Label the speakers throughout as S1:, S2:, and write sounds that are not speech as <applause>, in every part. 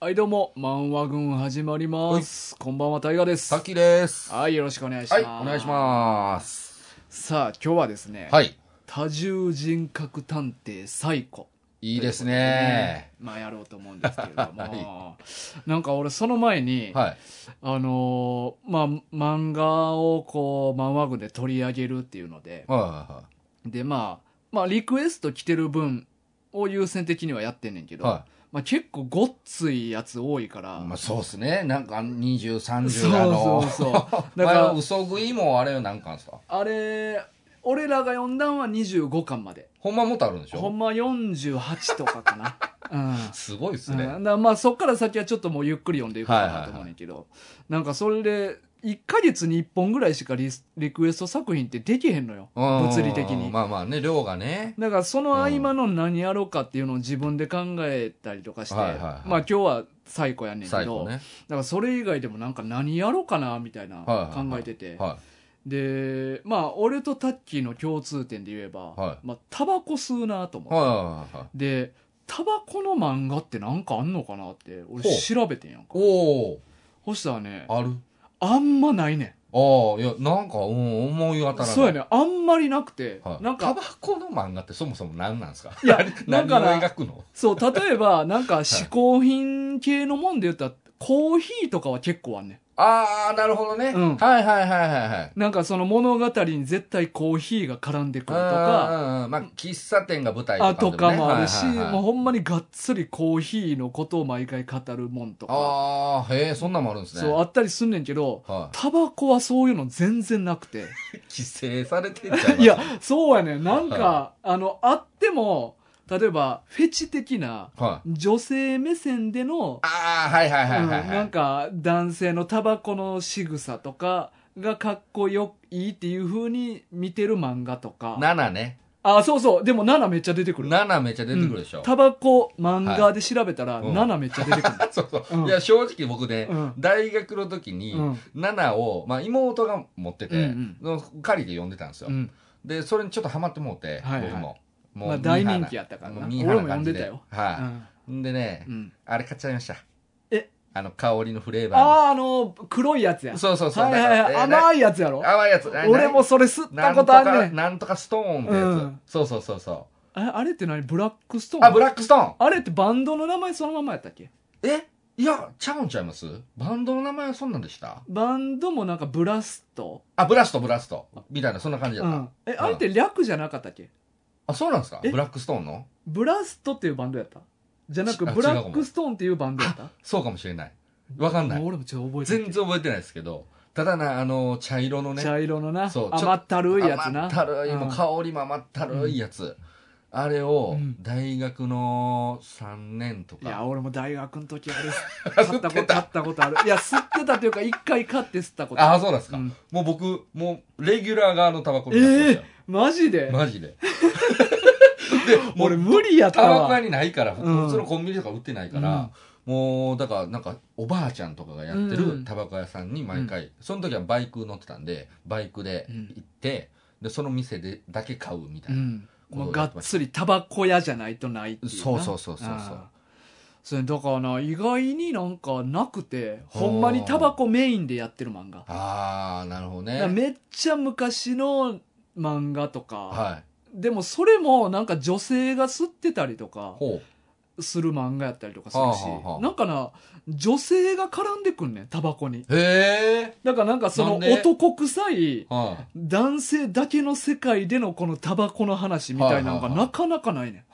S1: はい、どうも、漫画軍始まります。こんばんは、タイガです
S2: さ。きです。は
S1: はい、よろしくお願いします。
S2: い、お願いします。
S1: す。さあ、今日はですね、
S2: はい、
S1: 多重人格探偵サイコ。
S2: いいですね。
S1: まあ、やろうと思うんですけれど
S2: <laughs>
S1: も、なんか俺、その前に、
S2: はい、
S1: あのーまあ、漫画をこう、漫画軍で取り上げるっていうので、
S2: はいは
S1: で、まあ、まあ、リクエスト来てる分を優先的にはやってんねんけ
S2: い
S1: ど、
S2: は
S1: まあ、結構ごっついやつ多いから、
S2: い。まあ、そうですね。なんか二十三
S1: そ
S2: 十
S1: う
S2: あの。
S1: そうそう。だか
S2: <laughs> 前は
S1: ら、
S2: 嘘食いもあれなんかんすか。
S1: あれ、俺らが読んだんは25巻まで。
S2: ほんまもっとあるんでし
S1: ほ
S2: ょ
S1: んま48とかか
S2: <laughs>
S1: な。うん。
S2: すごいです
S1: うん
S2: ね。
S1: だからまあそっから先はちょっともうゆっくり読んでいこうか
S2: はいはい
S1: な
S2: はい
S1: と思うねんけど、なんかそれで1ヶ月に1本ぐらいしかリスリクエスト作品ってできへんのよ
S2: うん
S1: 物理的に
S2: まあまあね、量がね。
S1: だからその合間の何やろうかっていうのを自分で考えたりとかして、
S2: はいはいはい
S1: まあ今日は最高やねんけ
S2: 最
S1: ど、
S2: 後ね。
S1: だからそれ以外でもなんか何やろうかなみたいな
S2: はいはいはい
S1: 考えてて、
S2: は
S1: でまあ俺とタッキーの共通点で言えば、
S2: は
S1: まあ、タバコ吸うなと思っ
S2: い。
S1: て、
S2: はいはいはい。
S1: でタバコの漫画ってなんかあんのかなって俺
S2: ほう
S1: 調べてんやんか
S2: おお、
S1: そしたらねあ
S2: ある。
S1: んまないね
S2: ああ、いや、なんか、うん、思い当た
S1: ん
S2: らない。
S1: そうやねあんまりなくて、
S2: はい。
S1: なん
S2: タ
S1: か
S2: バコの漫画ってそもそも何なんですか。
S1: いや <laughs> なん
S2: 何
S1: か
S2: を
S1: な
S2: 描くの。
S1: そう例え
S2: <laughs>
S1: ばなんか嗜好品系のもんで言ったらコーヒーとかは結構あんね
S2: ああ、なるほどね。
S1: うん
S2: はいはいはいはいはい。
S1: んなんかその物語に絶対コーヒーが絡んでくるとか
S2: うんうんうんまあ、喫茶店が舞台
S1: あ
S2: と
S1: と
S2: か
S1: か
S2: でもね
S1: もあるし、
S2: はいはいはい
S1: もうほんまにがっつりコーヒーのことを毎回語るもんとか、
S2: ああ、へえ、そんなんもあるんですね。
S1: そうあったりすんねんけど、
S2: は
S1: タバコはそういうの全然なくて。
S2: い、規制されてんじゃない
S1: いや、そうやねん。なんか、
S2: は
S1: あの、あっても、例えば、フェチ的な、
S2: はい。
S1: 女性目線での、
S2: ああ、はいはいはいはい、
S1: う
S2: は
S1: ん
S2: い
S1: なんか、男性のタバコの仕草とか、がかっこよいいっていう風に見てる漫画とか。
S2: 7ね。
S1: あ、そうそう。でも、7めっちゃ出てくる。
S2: 7めっちゃ出てくるでしょ。
S1: うんタバコ漫画で調べたら、
S2: はいうん
S1: 7めっちゃ出てくる。
S2: <laughs> そうそう、
S1: うん
S2: いや、正直僕ね、
S1: うん
S2: 大学の時に、
S1: うん
S2: 7を、まあ、妹が持ってて、
S1: うん
S2: 借りて読んでたんですよ、
S1: うん
S2: で、それにちょっとハマってもうて、
S1: はいはい
S2: 僕も。も
S1: まあ大人気やったからな
S2: もうミーハーな感じで
S1: 俺もう
S2: はい、
S1: ん
S2: んでね、
S1: うん
S2: あれ買っちゃいました。
S1: え
S2: あの、香りのフレーバーの。
S1: ああ、あの、黒いやつや。
S2: そうそうそう。
S1: はいはいはい。
S2: だから
S1: 甘いやつやろ
S2: えーな甘いやつ。な
S1: 俺もそれ吸っ
S2: な
S1: た
S2: んと
S1: ことあん
S2: か、
S1: ねん。
S2: なんとかストーンってやつ、
S1: うん
S2: そうそうそうそ
S1: ああれって何ブラックスト
S2: う。
S1: ーン
S2: あ、ブラックストーン
S1: あれってバンドの名前そのままやったっけ
S2: えいや、ちゃうんちゃいますバンドの名前はそんなんでした
S1: バンドもなんかブラスト、
S2: あ、ブラスト、ブラスト。みたいな、そんな感じだ
S1: う
S2: った。
S1: ん、え、あれって略じゃなかったっけ
S2: あ、そうなんですか
S1: え
S2: ブラックストーンの
S1: ブラストっていうバンドやったじゃなく
S2: あ
S1: ブラックストーンっていうバンドやった
S2: そうかもしれない。わかんな
S1: もう
S2: い。
S1: 俺もちょっと覚えて
S2: 全然覚えてないですけど、ただな、あの、茶色の
S1: る。
S2: ね、
S1: 茶色のな、
S2: そうちょ
S1: 甘ったるいやつ
S2: 甘
S1: な。
S2: ったるい、
S1: うん
S2: もう香りも甘ったるいやつ。あれを
S1: うん、
S2: 大学の3年と
S1: いや、
S2: か。
S1: 俺も大学の時あれ、買
S2: 吸
S1: っ
S2: <laughs> ったて
S1: こと、
S2: た
S1: 買ったことある。いや、吸ってたというか、一回買って吸ったこと
S2: あ
S1: あ
S2: あ、
S1: る。
S2: そうなんですか。
S1: うん
S2: もう僕、もう、レギュラー側のタバコになってましたよ。
S1: マジで
S2: マ
S1: <laughs>
S2: ジで。で、も
S1: 俺
S2: う、
S1: 無理やった
S2: タバコ
S1: わ
S2: 屋。にないから、
S1: うん
S2: 普通のコンビニとか売ってないから、もう、だから、なんか、おばあちゃんとかがやって
S1: うん
S2: るタバコ屋さんに毎回、その時はバイク乗ってたんで、バイクで行って、で、その店でだけ買うみた
S1: う
S2: いな。
S1: ん。もうがっつりタバコ屋じゃないとないっていうな。
S2: そうそうそうそうそう
S1: あー。それだからな、意外になんかなくて、ほんまにタバコメインでやってる漫画。
S2: ああ、なるほど
S1: だから
S2: ね。
S1: めっちゃ昔の漫画とか、
S2: はい。
S1: でもそれもなんか女性が吸ってたりとか
S2: ほ
S1: する漫画やったりとかするし、
S2: はあはあはあ
S1: なんかな、女性が絡んでくんねん、タバコに。
S2: う。へえ。
S1: だからなんかその
S2: なんで
S1: 男臭い
S2: はい。
S1: 男性だけの世界でのこのタバコの話みたいなのがなかなかないねん。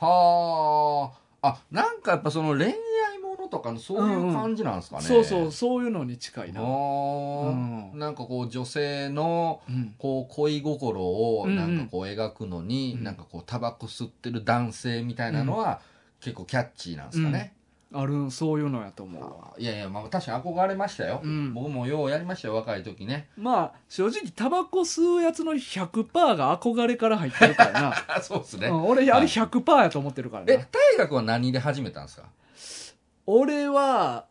S2: はあ。あ、なんかやっぱその恋愛ものとかのそういう感じなんですかね。
S1: そうそう、そういうのに近いな。
S2: あ
S1: う
S2: ーなんかこう女性の
S1: うん
S2: こう恋心を
S1: うんうん
S2: なんかこう描くのに、
S1: うん
S2: なんかこうタバコ吸ってる男性みたいなのは結構キャッチーなんですかね、
S1: あるそういうのやと思うわ
S2: あーいやいやまあ確かに憧れましたよ、
S1: うん
S2: 僕もようやりましたよ若い時ね <laughs>
S1: まあ正直タバコ吸うやつの100%が憧れから入ってるからな
S2: あそう <laughs> ですね、
S1: うん、俺あれ100%やと思ってるから
S2: え
S1: な
S2: 大学は何で始めたんですか
S1: 俺は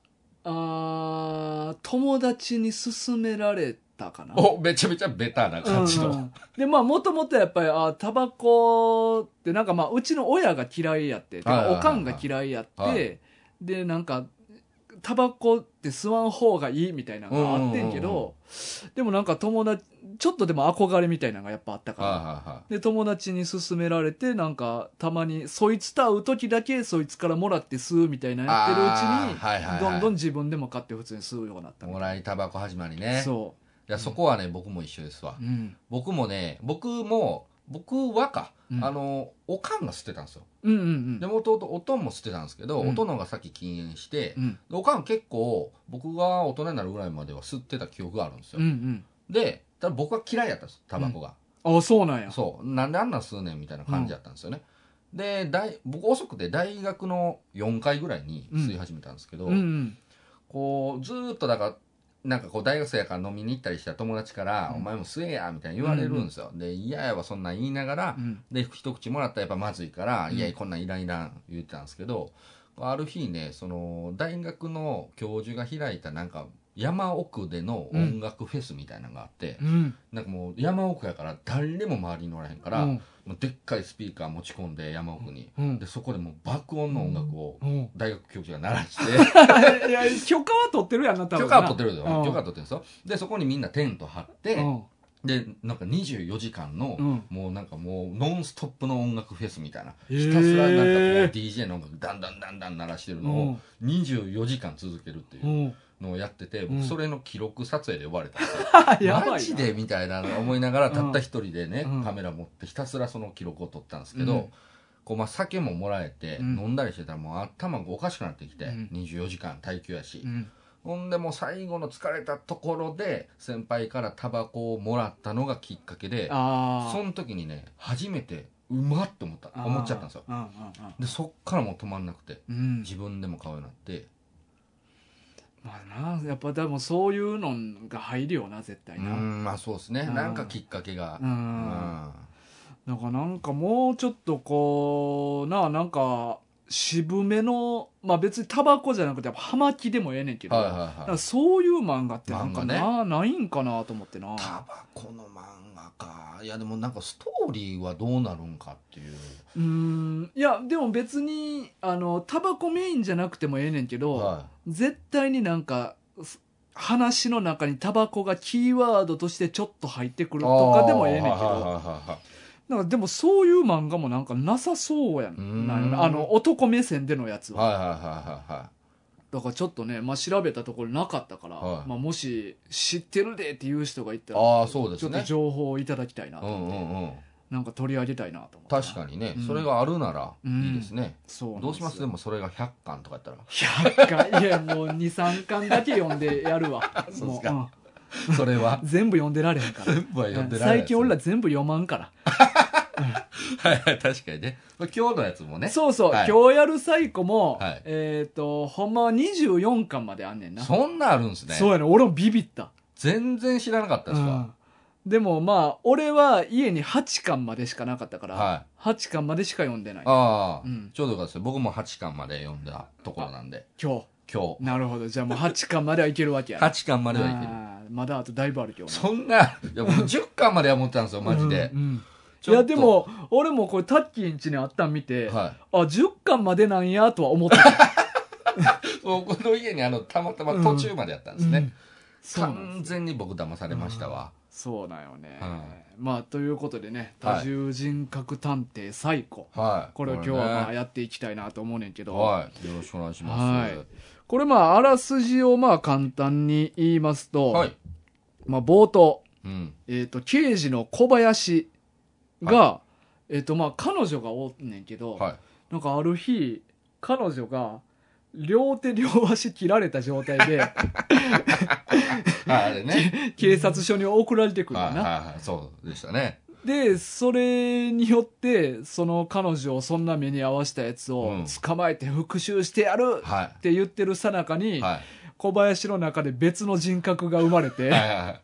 S1: あー友達に勧められたかな
S2: おめちゃめちゃベターな感じの、
S1: うんうんでまあもともとやっぱりあータバコってなんかまあうちの親が嫌いやってて
S2: はいはいはい
S1: おかんが嫌いやって、
S2: はい
S1: でなんかタバコって吸わん方がいいみたいなのがあってんけど、
S2: うんうんうん
S1: でもなんか友達ちょっとでも憧れみたいなのがやっぱあったから、
S2: はいはい
S1: で友達に勧められてなんかたまにそいつと会う時だけそいつからもらって吸うみたいなのやってるうちに、
S2: あーはいはいはい
S1: どんどん自分でも買って普通に吸うようになったみた
S2: も
S1: いな
S2: らいタバコ始まりねい
S1: そ
S2: やそこはね僕も一緒ですわ、
S1: う、うん
S2: 僕もね僕も僕はか、
S1: うん
S2: あのおかんが吸ってたんですよ
S1: うんうん
S2: でも弟おとんも吸ってたんですけど、
S1: うん
S2: おとんの方がさっき禁煙して
S1: う、ん
S2: でおかん結構僕が大人になるぐらいまでは吸ってた記憶があるんですよ、
S1: うんうん
S2: でただ僕は嫌いやったんですタバコが、
S1: あそうなんや
S2: そうなんであんなん吸うねんみたいな感じやったんですよね、で大僕遅くて大学の4回ぐらいに吸い始めたんですけど、
S1: うんうん
S2: こうずーっとだからなんかこう大学生やから飲みに行ったりした友達から「
S1: うん
S2: お前も吸えや」みたいな言われるんですよ、で「嫌やわそんなん言いながら、
S1: うん
S2: で一口もらったらやっぱまずいから「
S1: うん
S2: いやこんなんいらんいらん」言ってたんですけどある日ねその大学の教授が開いたなんか山奥での音楽フェスみたいなのがあって、
S1: うん
S2: なんかもう山奥やから誰にも周りにおらへんから、
S1: うん
S2: もうでっかいスピーカー持ち込んで山奥に、
S1: うん
S2: でそこでもう爆音の音楽を
S1: うん
S2: 大学教授が鳴らして。
S1: いや許可は取ってるやんな多分な
S2: 許可は取ってるんです
S1: う
S2: よ
S1: ん
S2: 許可は取ってるんですよでそこにみんなテント張って
S1: うん
S2: でなんか24時間の、
S1: うん
S2: もうなんかもうノンストップの音楽フェスみたいな
S1: へー
S2: ひたすらなんかこう DJ の音楽だんだんだんだん鳴らしてるのを24時間続けるっていううん
S1: うん
S2: のをやってて、
S1: うん
S2: 僕それの記録撮影で呼ばれたんですよ
S1: <laughs> やばいな
S2: マジでみたいな思いながら
S1: うん
S2: たった一人でね、
S1: うん
S2: カメラ持ってひたすらその記録を撮ったんですけど、
S1: うん
S2: こうまあ酒ももらえて、
S1: うん
S2: 飲んだりしてたらもう頭がおかしくなってきて、
S1: うん
S2: 24時間耐久やし、
S1: うん
S2: ほんでもう最後の疲れたところで先輩からタバコをもらったのがきっかけで
S1: あ
S2: その時にね初めてうまっと思った
S1: あ
S2: 思っちゃったんですよ
S1: うんうん
S2: でそっからもう止まんなくて
S1: うんうん
S2: 自分でも買うようになって
S1: まあなやっぱでもそういうのが入るよな絶
S2: う
S1: 対な、
S2: んまあそうですね
S1: うん
S2: なんかきっかけが
S1: う
S2: うんん
S1: なんかなんかもうちょっとこうなあなんか渋めのまあ別にタバコじゃなくてやっぱ葉巻でもええねんけど、
S2: はい
S1: なん
S2: はいは
S1: か
S2: い
S1: そういう漫画ってなんか
S2: 漫
S1: な,、ないんかなと思ってな
S2: タバコの漫画かいやでもなんかストーリーはどうなるんかっていう
S1: うーんいやでも別にあのタバコメインじゃなくてもええねんけど、
S2: は
S1: 絶対になんかす話の中にタバコがキーワードとしてちょっと入ってく
S2: い
S1: るとかでもええねんけど、
S2: あーはいはいはいはい
S1: なんかでもそういう漫画もなんかなさそうやん
S2: うーん
S1: なんやろなあの男目線でのやつは、
S2: はいはいはいはいはい
S1: だからちょっとね、まあ、調べたところなかったから、
S2: はい
S1: まあ、もし知ってるでっていう人がいたら
S2: ああそうで
S1: ちょ
S2: す
S1: っと
S2: ね
S1: 情報をいただきたいな
S2: う
S1: と思
S2: ん
S1: って、
S2: うんうん
S1: なんか取り上げたいなと思って
S2: 確
S1: に
S2: かにね、
S1: うん
S2: それがあるならいいですね、
S1: そうなん
S2: ど
S1: で
S2: うします
S1: よ
S2: でもそれが100巻とかやったら
S1: 100巻いやもう23巻だけ読んでやるわ
S2: <laughs> そうっすか
S1: も
S2: それは
S1: う、うん全部読んでられへんから
S2: <laughs> 全部は読んでられない
S1: 最近俺ら全部読まんから
S2: はいはい確かにね今日のやつもね
S1: そうそう、
S2: はい
S1: 今日やる最古も、
S2: はい
S1: えっ、と、ほんまは24巻まであんねんな。
S2: そんなんあるんですね
S1: そうやね、俺もビビった。
S2: 全然知らなかったですわ、
S1: うんでもまあ、俺は家に8巻までしかなかったから、
S2: はい
S1: 8巻までしか読んでない。
S2: ああ、
S1: うん
S2: ちょうどよかったです僕も8巻まで読んだところなんで
S1: 今
S2: 今
S1: 日。なるほど。じゃあもう8巻まではいけるわけ
S2: 日
S1: や。
S2: 8巻まではいける
S1: あーまだあとだいぶあるけどな。
S2: そんないや僕10巻までは思ってたんですよマジで、
S1: うんうん
S2: ち
S1: い
S2: ょっと
S1: やでも、俺もこれタッキーんちにあったん見て、
S2: は
S1: あ、10巻までなんやとは思ってた。
S2: い僕の家にあのたまたま途中までやったんですね、
S1: うんそうなんです
S2: 完全に僕騙されましたわ、
S1: そうなんよね、
S2: は
S1: まあということでね「
S2: はい
S1: 多重人格探偵最古」
S2: はい
S1: これを今日はまあ
S2: ね
S1: やっていきたいなと思うねんけど、
S2: はいよろしくお願いします
S1: はいこれまああらすじをまあ簡単に言いますと、
S2: はい。
S1: まあ、冒頭、
S2: うん。
S1: えー、と刑事の小林が、えー、とまあ彼女がおんねんけど、
S2: はい。
S1: なんかある日彼女が両手両足切られた状態
S2: <laughs>
S1: で
S2: あれね。
S1: 警察署に送られてくる
S2: はい
S1: んだな。
S2: はいはい。そうでしたね。
S1: でそれによってその彼女をそんな目に遭わしたやつ
S2: う
S1: を
S2: ん
S1: 捕まえて復讐してやるっ
S2: は
S1: て言ってるさなか
S2: い。
S1: に
S2: はい。
S1: 小林の中で別の人格が生まれて、
S2: はいはいはい。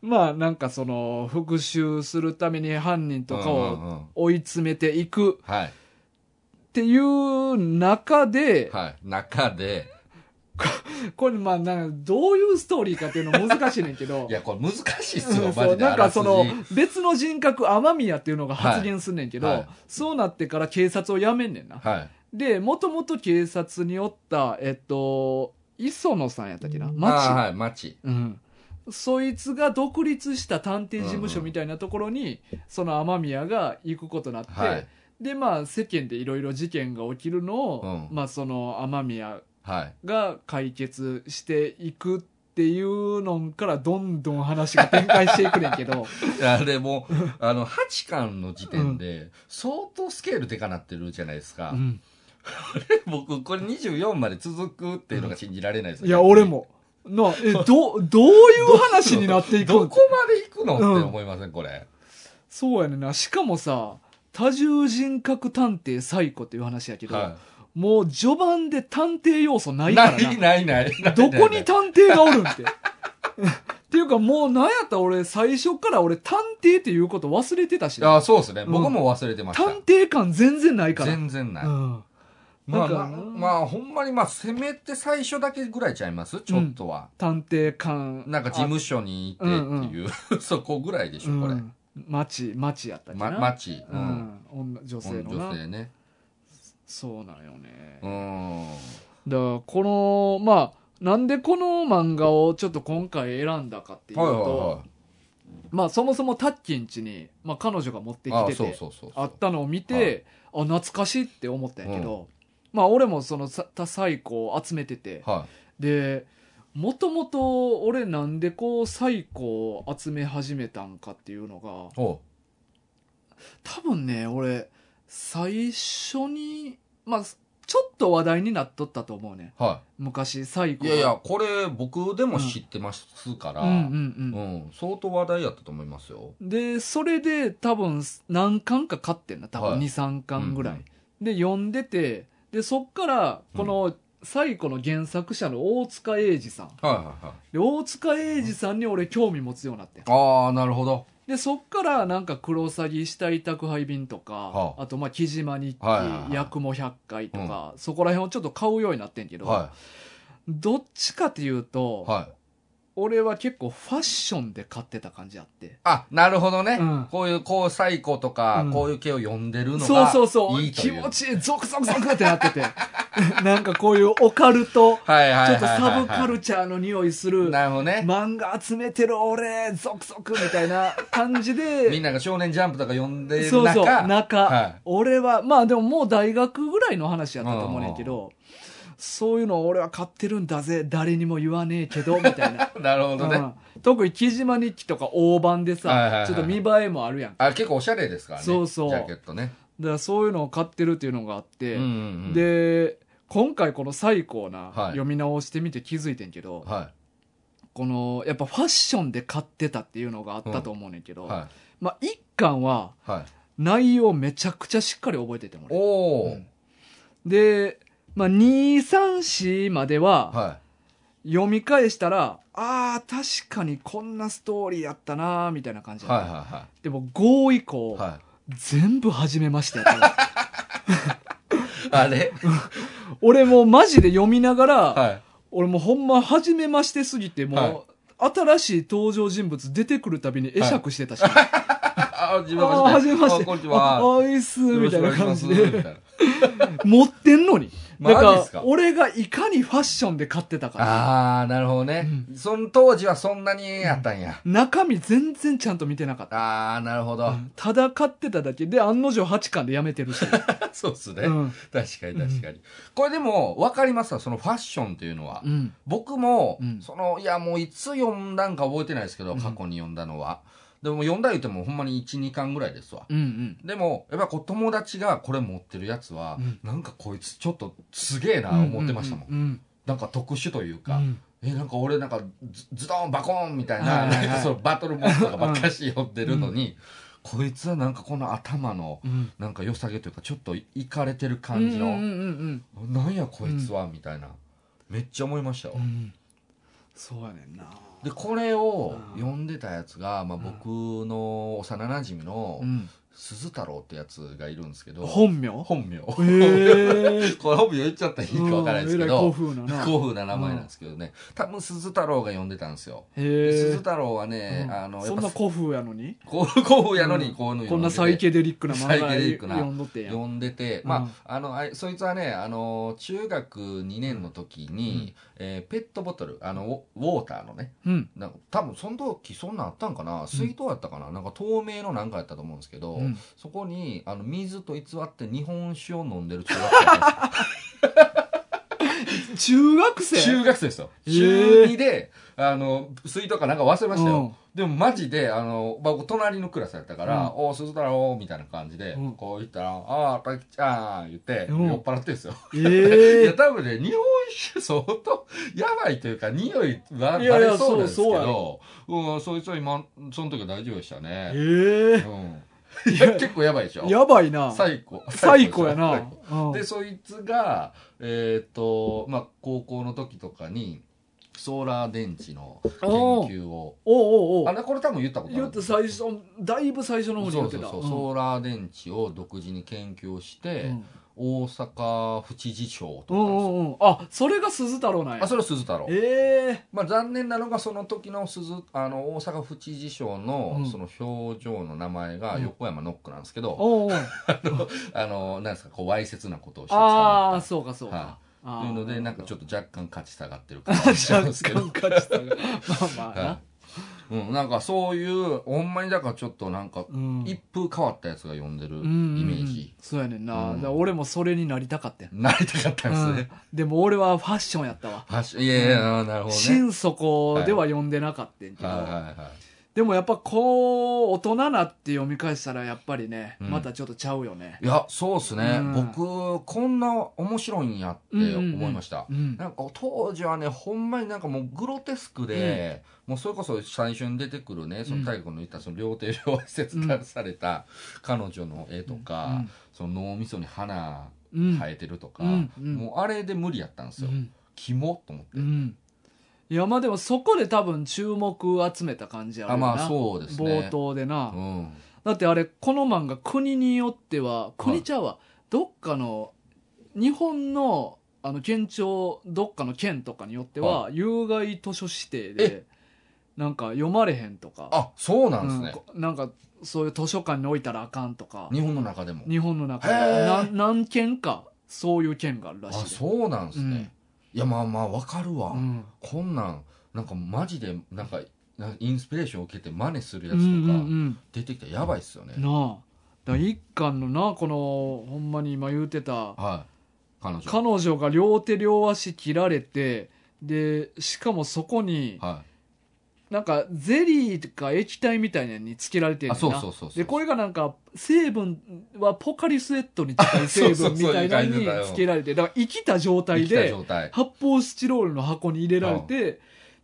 S1: <laughs> まあなんかその復讐するために犯人とか
S2: う
S1: を
S2: んうんうん
S1: 追い詰めていく
S2: はい。
S1: っていう中で、
S2: はい。中で、
S1: これまあなんかどういうストーリーかっていうの難しいねんけど
S2: <laughs> いや、これ難しいっ
S1: うん
S2: すよ、マ
S1: そう
S2: ジで。
S1: なんかその
S2: あらす
S1: 別の人格雨宮っていうのが発言すんねんけど、
S2: はいはい
S1: そうなってから警察を辞めんねんな
S2: じ。はい。
S1: で、もともと警察におった、えっと、磯野さんやったっけな
S2: あー
S1: 町、
S2: はい町
S1: うん、そいつが独立した探偵事務所みたいなところに、その雨宮が行くことになって、
S2: はい
S1: でまあ世間でいろいろ事件が起きるのを、
S2: うん
S1: まあその雨宮
S2: はい
S1: が解決していくっていうのからどんどん話が展開していくねんけど
S2: あれもうあの8巻の時点で相当スケールでかなってるじゃないですか、
S1: うん
S2: <laughs> 僕これ24まで続くっていうのが信じられないです
S1: いや俺もな
S2: <laughs>
S1: えどどういう話になっていく
S2: ど
S1: の
S2: こまで行くのって思いませんこれ、
S1: そうやねんなしかもさ多重人格探偵サイコっていう話やけど、
S2: は
S1: もう序盤で探偵要素ない
S2: い、
S1: から
S2: な
S1: ない
S2: ないないない
S1: どこ
S2: ない
S1: に探偵がおるんって。っていうかもうなんやったら俺最初から俺探偵っていうこと忘れてたしな
S2: あそうですね、
S1: うん
S2: 僕も忘れてまし
S1: 探偵感全然ない
S2: た
S1: から。
S2: 全然ない、
S1: うん。
S2: ま
S1: な
S2: あ、
S1: ん
S2: ま
S1: か
S2: あ、まあほんまにまあせめて最初だけぐらいちゃいますちょっとは、
S1: 探偵感。
S2: なんか事務所にいてっていう、 <laughs> そこぐらいでしょこれ、
S1: うん町、町やったっけ
S2: ま、
S1: な。
S2: 町、
S1: う
S2: うん
S1: ん。女、女性の
S2: 女
S1: な。
S2: 性ね
S1: そうなんよね。
S2: うん
S1: だからこの、まあ、なんでこの漫画をちょっと今回選んだかっていう
S2: はいはい
S1: と
S2: は、
S1: まあそもそもタッキン家に、まあ彼女が持って
S2: い
S1: き
S2: あ
S1: て
S2: そう
S1: て、
S2: そうそうそう
S1: あったのを見て、あ懐かしいって思ったんやけど、まあ俺もそのさ多彩子を集めてて
S2: は
S1: でもともと俺なんでこう彩子を集め始めたんかっていうのが
S2: いほ
S1: 多分ね俺最初にまあちょっと話題になっとったと思うね
S2: うは
S1: 昔彩子
S2: いい
S1: が
S2: やいやこれ僕でも知ってますから、
S1: う
S2: うん
S1: うん
S2: ん
S1: うん、
S2: 相当話題やったと思いますよ
S1: でそれで多分何巻か買ってんな多
S2: は
S1: 分
S2: い
S1: 23巻ぐらい、
S2: うん
S1: で読んでてでそっからこの最古の原作者の大塚英二さん
S2: はいはいはい
S1: で大塚英二さんに俺興味持つようになってん
S2: ああなるほど
S1: でそっからなんか「クロサギ死体宅配便」とか、
S2: は
S1: あ、とまあ「木島日記」
S2: はいはいはい
S1: 八雲百回」とか、そこら辺をちょっと買うようになってんけど、
S2: は
S1: どっちかっていうと、
S2: いはい
S1: 俺は結構ファッションで買ってた感じあって
S2: あなるほどね、
S1: うん
S2: こういうこう最高とか、
S1: うん
S2: こういう系を読んでるのが
S1: そうそうそう
S2: いいと
S1: 気
S2: いう
S1: 持ちいいゾクゾクゾクってなってて <laughs> なんかこういうオカルト
S2: はいはい
S1: ち
S2: はい
S1: ょ
S2: は
S1: っとサブ
S2: いはい
S1: カルチャーの匂いする
S2: なるほどね、
S1: 漫画集めてる俺ゾクゾクみたいな感じ
S2: みん
S1: で
S2: なが少年ジャンプとか読んでる中
S1: そうそう中、
S2: はい
S1: 俺はまあでももう大学ぐらいの話やったと思うねんけどそういうのを俺は買ってるんだぜ誰にも言わねえけど
S2: <laughs>
S1: みたいな、
S2: <laughs> なるほどね、
S1: うん特に木島日記とか大判でさ、
S2: はいはいはい
S1: ちょっと見栄えもあるやんだか
S2: あ結構おしゃれですからね
S1: そうそう
S2: ジャケットね、
S1: らそういうのを買ってるっていうのがあって、
S2: うんうんうん、
S1: で今回この「最高な」
S2: はい
S1: 読み直してみて気づいてんけど、
S2: は
S1: このやっぱファッションで買ってたっていうのがあったと思うねんけ
S2: い
S1: ど、
S2: は
S1: まあ一巻はい
S2: はい
S1: 内容めちゃくちゃしっかり覚えてても
S2: お
S1: ね
S2: お、
S1: うんで、まあ、234までは
S2: は
S1: 読み返したら、あー確かにこんなストーリーやったなーみたいな感
S2: い
S1: じだ
S2: はい
S1: った、
S2: は
S1: でも5以
S2: い
S1: 降、
S2: はいは
S1: 全部初めましてやった
S2: いあれ
S1: <laughs> 俺もうマジで読みながら、
S2: はい
S1: 俺もうほんま初めましてすぎてもう、新しい登場人物出てくるたびに会釈してたし、 <laughs> あ
S2: ああ自分
S1: あー初めまして
S2: こんにち
S1: あ
S2: は
S1: あいいっすみたいな感じ
S2: よろしくお
S1: で
S2: 願いしますみたいな
S1: 持ってんのに
S2: マジ
S1: だ
S2: っす
S1: か
S2: から
S1: 俺がいかにファッションで買ってたか
S2: ああなるほどね、その当時はそんなにやったんや、
S1: 中身全然ちゃんと見てなかった
S2: ああなるほど、
S1: ただ買ってただけで案の定8巻でやめてるし、
S2: <laughs> そうっすね、
S1: うん
S2: 確かに確かに、これでも分かりますわそのファッションっていうのは、
S1: うん、
S2: 僕も、
S1: うん
S2: そのいやもういつ読んだんか覚えてないですけど
S1: うん
S2: 過去に読んだのは、でも読んだ言ってもほんまに12巻ぐらいですわ
S1: うんうん
S2: でもやっぱこう友達がこれ持ってるやつは、
S1: うん
S2: なんかこいつちょっとすげえな思ってましたもん,、
S1: うん
S2: なんか特殊という
S1: うんう
S2: か、
S1: ん
S2: えなんか俺なんかズズドンバコーンみたいな,、
S1: はいはいはい
S2: なんかそのバトルモンスターがばっかし読んでるのに、こいつはなんかこの頭の
S1: うん
S2: なんか良さげというかちょっといかれてる
S1: うん
S2: 感じの、
S1: うんうんうん
S2: なんやこいつは、みたいなめっちゃ思いましたよ、
S1: うんうんそうやねんな
S2: でこれを
S1: うん
S2: 読んでたやつが、まあ、
S1: うん
S2: 僕の幼なじみの
S1: うん
S2: 鈴太郎ってやつがいるんですけど
S1: 本名
S2: 本名
S1: え
S2: <laughs>
S1: ー、
S2: これ本名言っちゃ <laughs> ったらいいか分からないですけ
S1: うんえらい古
S2: ど
S1: 風なな。
S2: 古風な名前なんですけどね多分鈴太郎が呼んでたんですよ
S1: へ
S2: で
S1: ー
S2: 鈴太郎はね、
S1: うん
S2: あのや
S1: そ
S2: っ
S1: んな
S2: ぱ
S1: 古風やのに
S2: こうこうやのにこういうの
S1: こんな
S2: 呼
S1: サイ
S2: でて
S1: ケデリックな漫画
S2: サイケデリックな
S1: 読んどってやん。
S2: 呼んでて、
S1: うん
S2: まああのあいそいつはねあの中学2年の時に、えーペットボトルあのウォウォーターのね
S1: うん。
S2: なんか多分その時そんなんあったんかな水筒やったかな,、なんか透明のなんかやったと思うんですけど、
S1: うん
S2: そこにあの水と偽って日本酒を飲ん
S1: <laughs>
S2: でる中学生だったんですよ
S1: 中学生
S2: 中学生ですよ。
S1: へ
S2: 中
S1: ー
S2: 2で、あの、水とかなんか忘れました
S1: うん
S2: <laughs> よ。でもマジで、あの、僕隣のクラスやったから、おう、鈴太郎、みたいな感じで、
S1: うん
S2: こう言ったら、ああ、たきちゃん、言って、
S1: うん
S2: 酔っ払ってるんですよ。い
S1: え
S2: や、多分ね、日本酒相当やばいというか、匂いはバ
S1: いやいや
S2: レそうなんですけ
S1: そうそうや
S2: ど、うん、そいつは今、その時は大丈夫でした
S1: え
S2: ね。
S1: え
S2: うん。いや、結構やばいでしょ
S1: え。やばいな。
S2: 最高。
S1: 最高や
S2: 最
S1: な
S2: 高。
S1: うん
S2: でそいつがえっ、とまあ高校の時とかにソーラー電池の研
S1: おう
S2: 究を
S1: おうおうお
S2: あ
S1: う。
S2: れこれ多分言ったことある
S1: 言って最初、だいぶ最初の方に
S2: そ
S1: 言
S2: う
S1: って
S2: そう
S1: た。
S2: そう、ソーラー電池を独自に研究して、
S1: うん
S2: 大阪府知事賞を
S1: う
S2: 取ったん
S1: ん
S2: ですよ、
S1: うんうん。あ、それが鈴太郎なんや
S2: あ。それは鈴太郎、
S1: え
S2: まあ、残念なのがその時の鈴あの大阪府知事賞の
S1: うん
S2: その表情の名前が
S1: うん
S2: 横山ノックなんですけ
S1: え
S2: ど、
S1: おうおう。
S2: あのなんですかこうわいせつなことをして捕
S1: あ
S2: ま
S1: あ、
S2: った
S1: そうかそう
S2: はい
S1: か。あ
S2: とい
S1: ー
S2: うのでなんかちょっと若干勝ち下がってる感じし
S1: 若
S2: んですけど
S1: 干勝ちたが。まあまあ
S2: は、
S1: ない
S2: うん、なんかそういうほんまにだからちょっとなんか
S1: うん。
S2: 一風変わったやつが呼んでるイ
S1: イ
S2: メージ、
S1: そうやねんな。
S2: うん
S1: だから俺もそれになりたかったよ。
S2: なりたかったんですね、
S1: うんでも俺はファッションやったわ。
S2: ファッションいやいや、なるほどね
S1: 心底では読んでなかったんやけど、
S2: はいはいはい
S1: でもやっぱこう大人なって読み返したらやっぱりね、
S2: うん
S1: またちょっとちゃうよね
S2: いやそうっすね、
S1: うん
S2: 僕こんな面白いんやって思いました、
S1: うん
S2: なんか当時はねほんまになんかもうグロテスクで、もうそれこそ最初に出てくるねその大悟の言ったその両手両足切断された彼女の絵とか、その脳みそに花
S1: うん
S2: 生えてるとか、
S1: うんうん
S2: もうあれで無理やったんですよ、
S1: うん
S2: キモと思って、
S1: うんいやまあでもそこで多分注目集めた感じやろ
S2: あ
S1: な、
S2: まあそうですね
S1: 冒頭でな、
S2: うん
S1: だってあれこの漫画国によっては国ちゃうわ、どっかの日本のあの県庁どっかの県とかによっては、有害図書指定でなんか読まれへんとか
S2: あそうなんですね、
S1: うんなんかそういう図書館に置いたらあかんとか
S2: 日本の中でも
S1: 日本の中
S2: へ
S1: で
S2: ー
S1: な何件かそういう件があるら
S2: あ
S1: しいで
S2: そうなんですね、いやまあまあわかるわ、
S1: うん
S2: こんなんなんかマジでなんかなんかインスピレーションを受けて真似するや
S1: う
S2: つ
S1: んう
S2: とか
S1: ん
S2: 出てきたらやばいっすよね、
S1: うんなあだから一巻のなこのほんまに今言うてた
S2: はい彼女
S1: 彼女が両手両足切られてでしかもそこに
S2: は
S1: なんかゼリーか液体みたいなのにつけられて
S2: い
S1: る
S2: あ
S1: んだ
S2: そう
S1: な
S2: そうそうそう
S1: でこれがなんか成分はポカリスエットに近い成分みたいなのにつけられてだから生きた状態
S2: 生きた
S1: で
S2: 状態
S1: 発泡スチロールの箱に入れられて、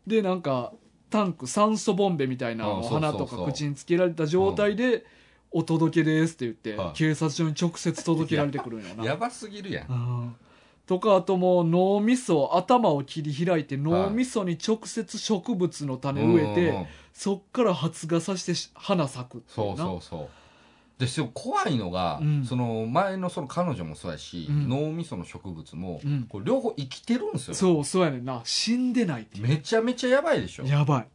S1: でなんかタンク酸素ボンベみたいなの
S2: うん
S1: を
S2: そうそう
S1: 鼻
S2: そう
S1: とか口につけられた状態で「お届けです」って言って、
S2: はい
S1: 警察署に直接届けられてくるんよな。
S2: やばすぎるやん
S1: うんとかあともう脳みそ頭を切り開いて脳みそに直接植物の種植えて、
S2: うんうんうん
S1: そっから発芽させてし花咲くってい
S2: そう
S1: な
S2: そうそうですよ怖いのが、
S1: うん
S2: その前のその彼女もそうやし、
S1: うん
S2: 脳みその植物も、
S1: うん
S2: これ両方生きてるんですよ
S1: そうそうやねんな死んでないっていう
S2: めちゃめちゃやばいでしょシ
S1: やばい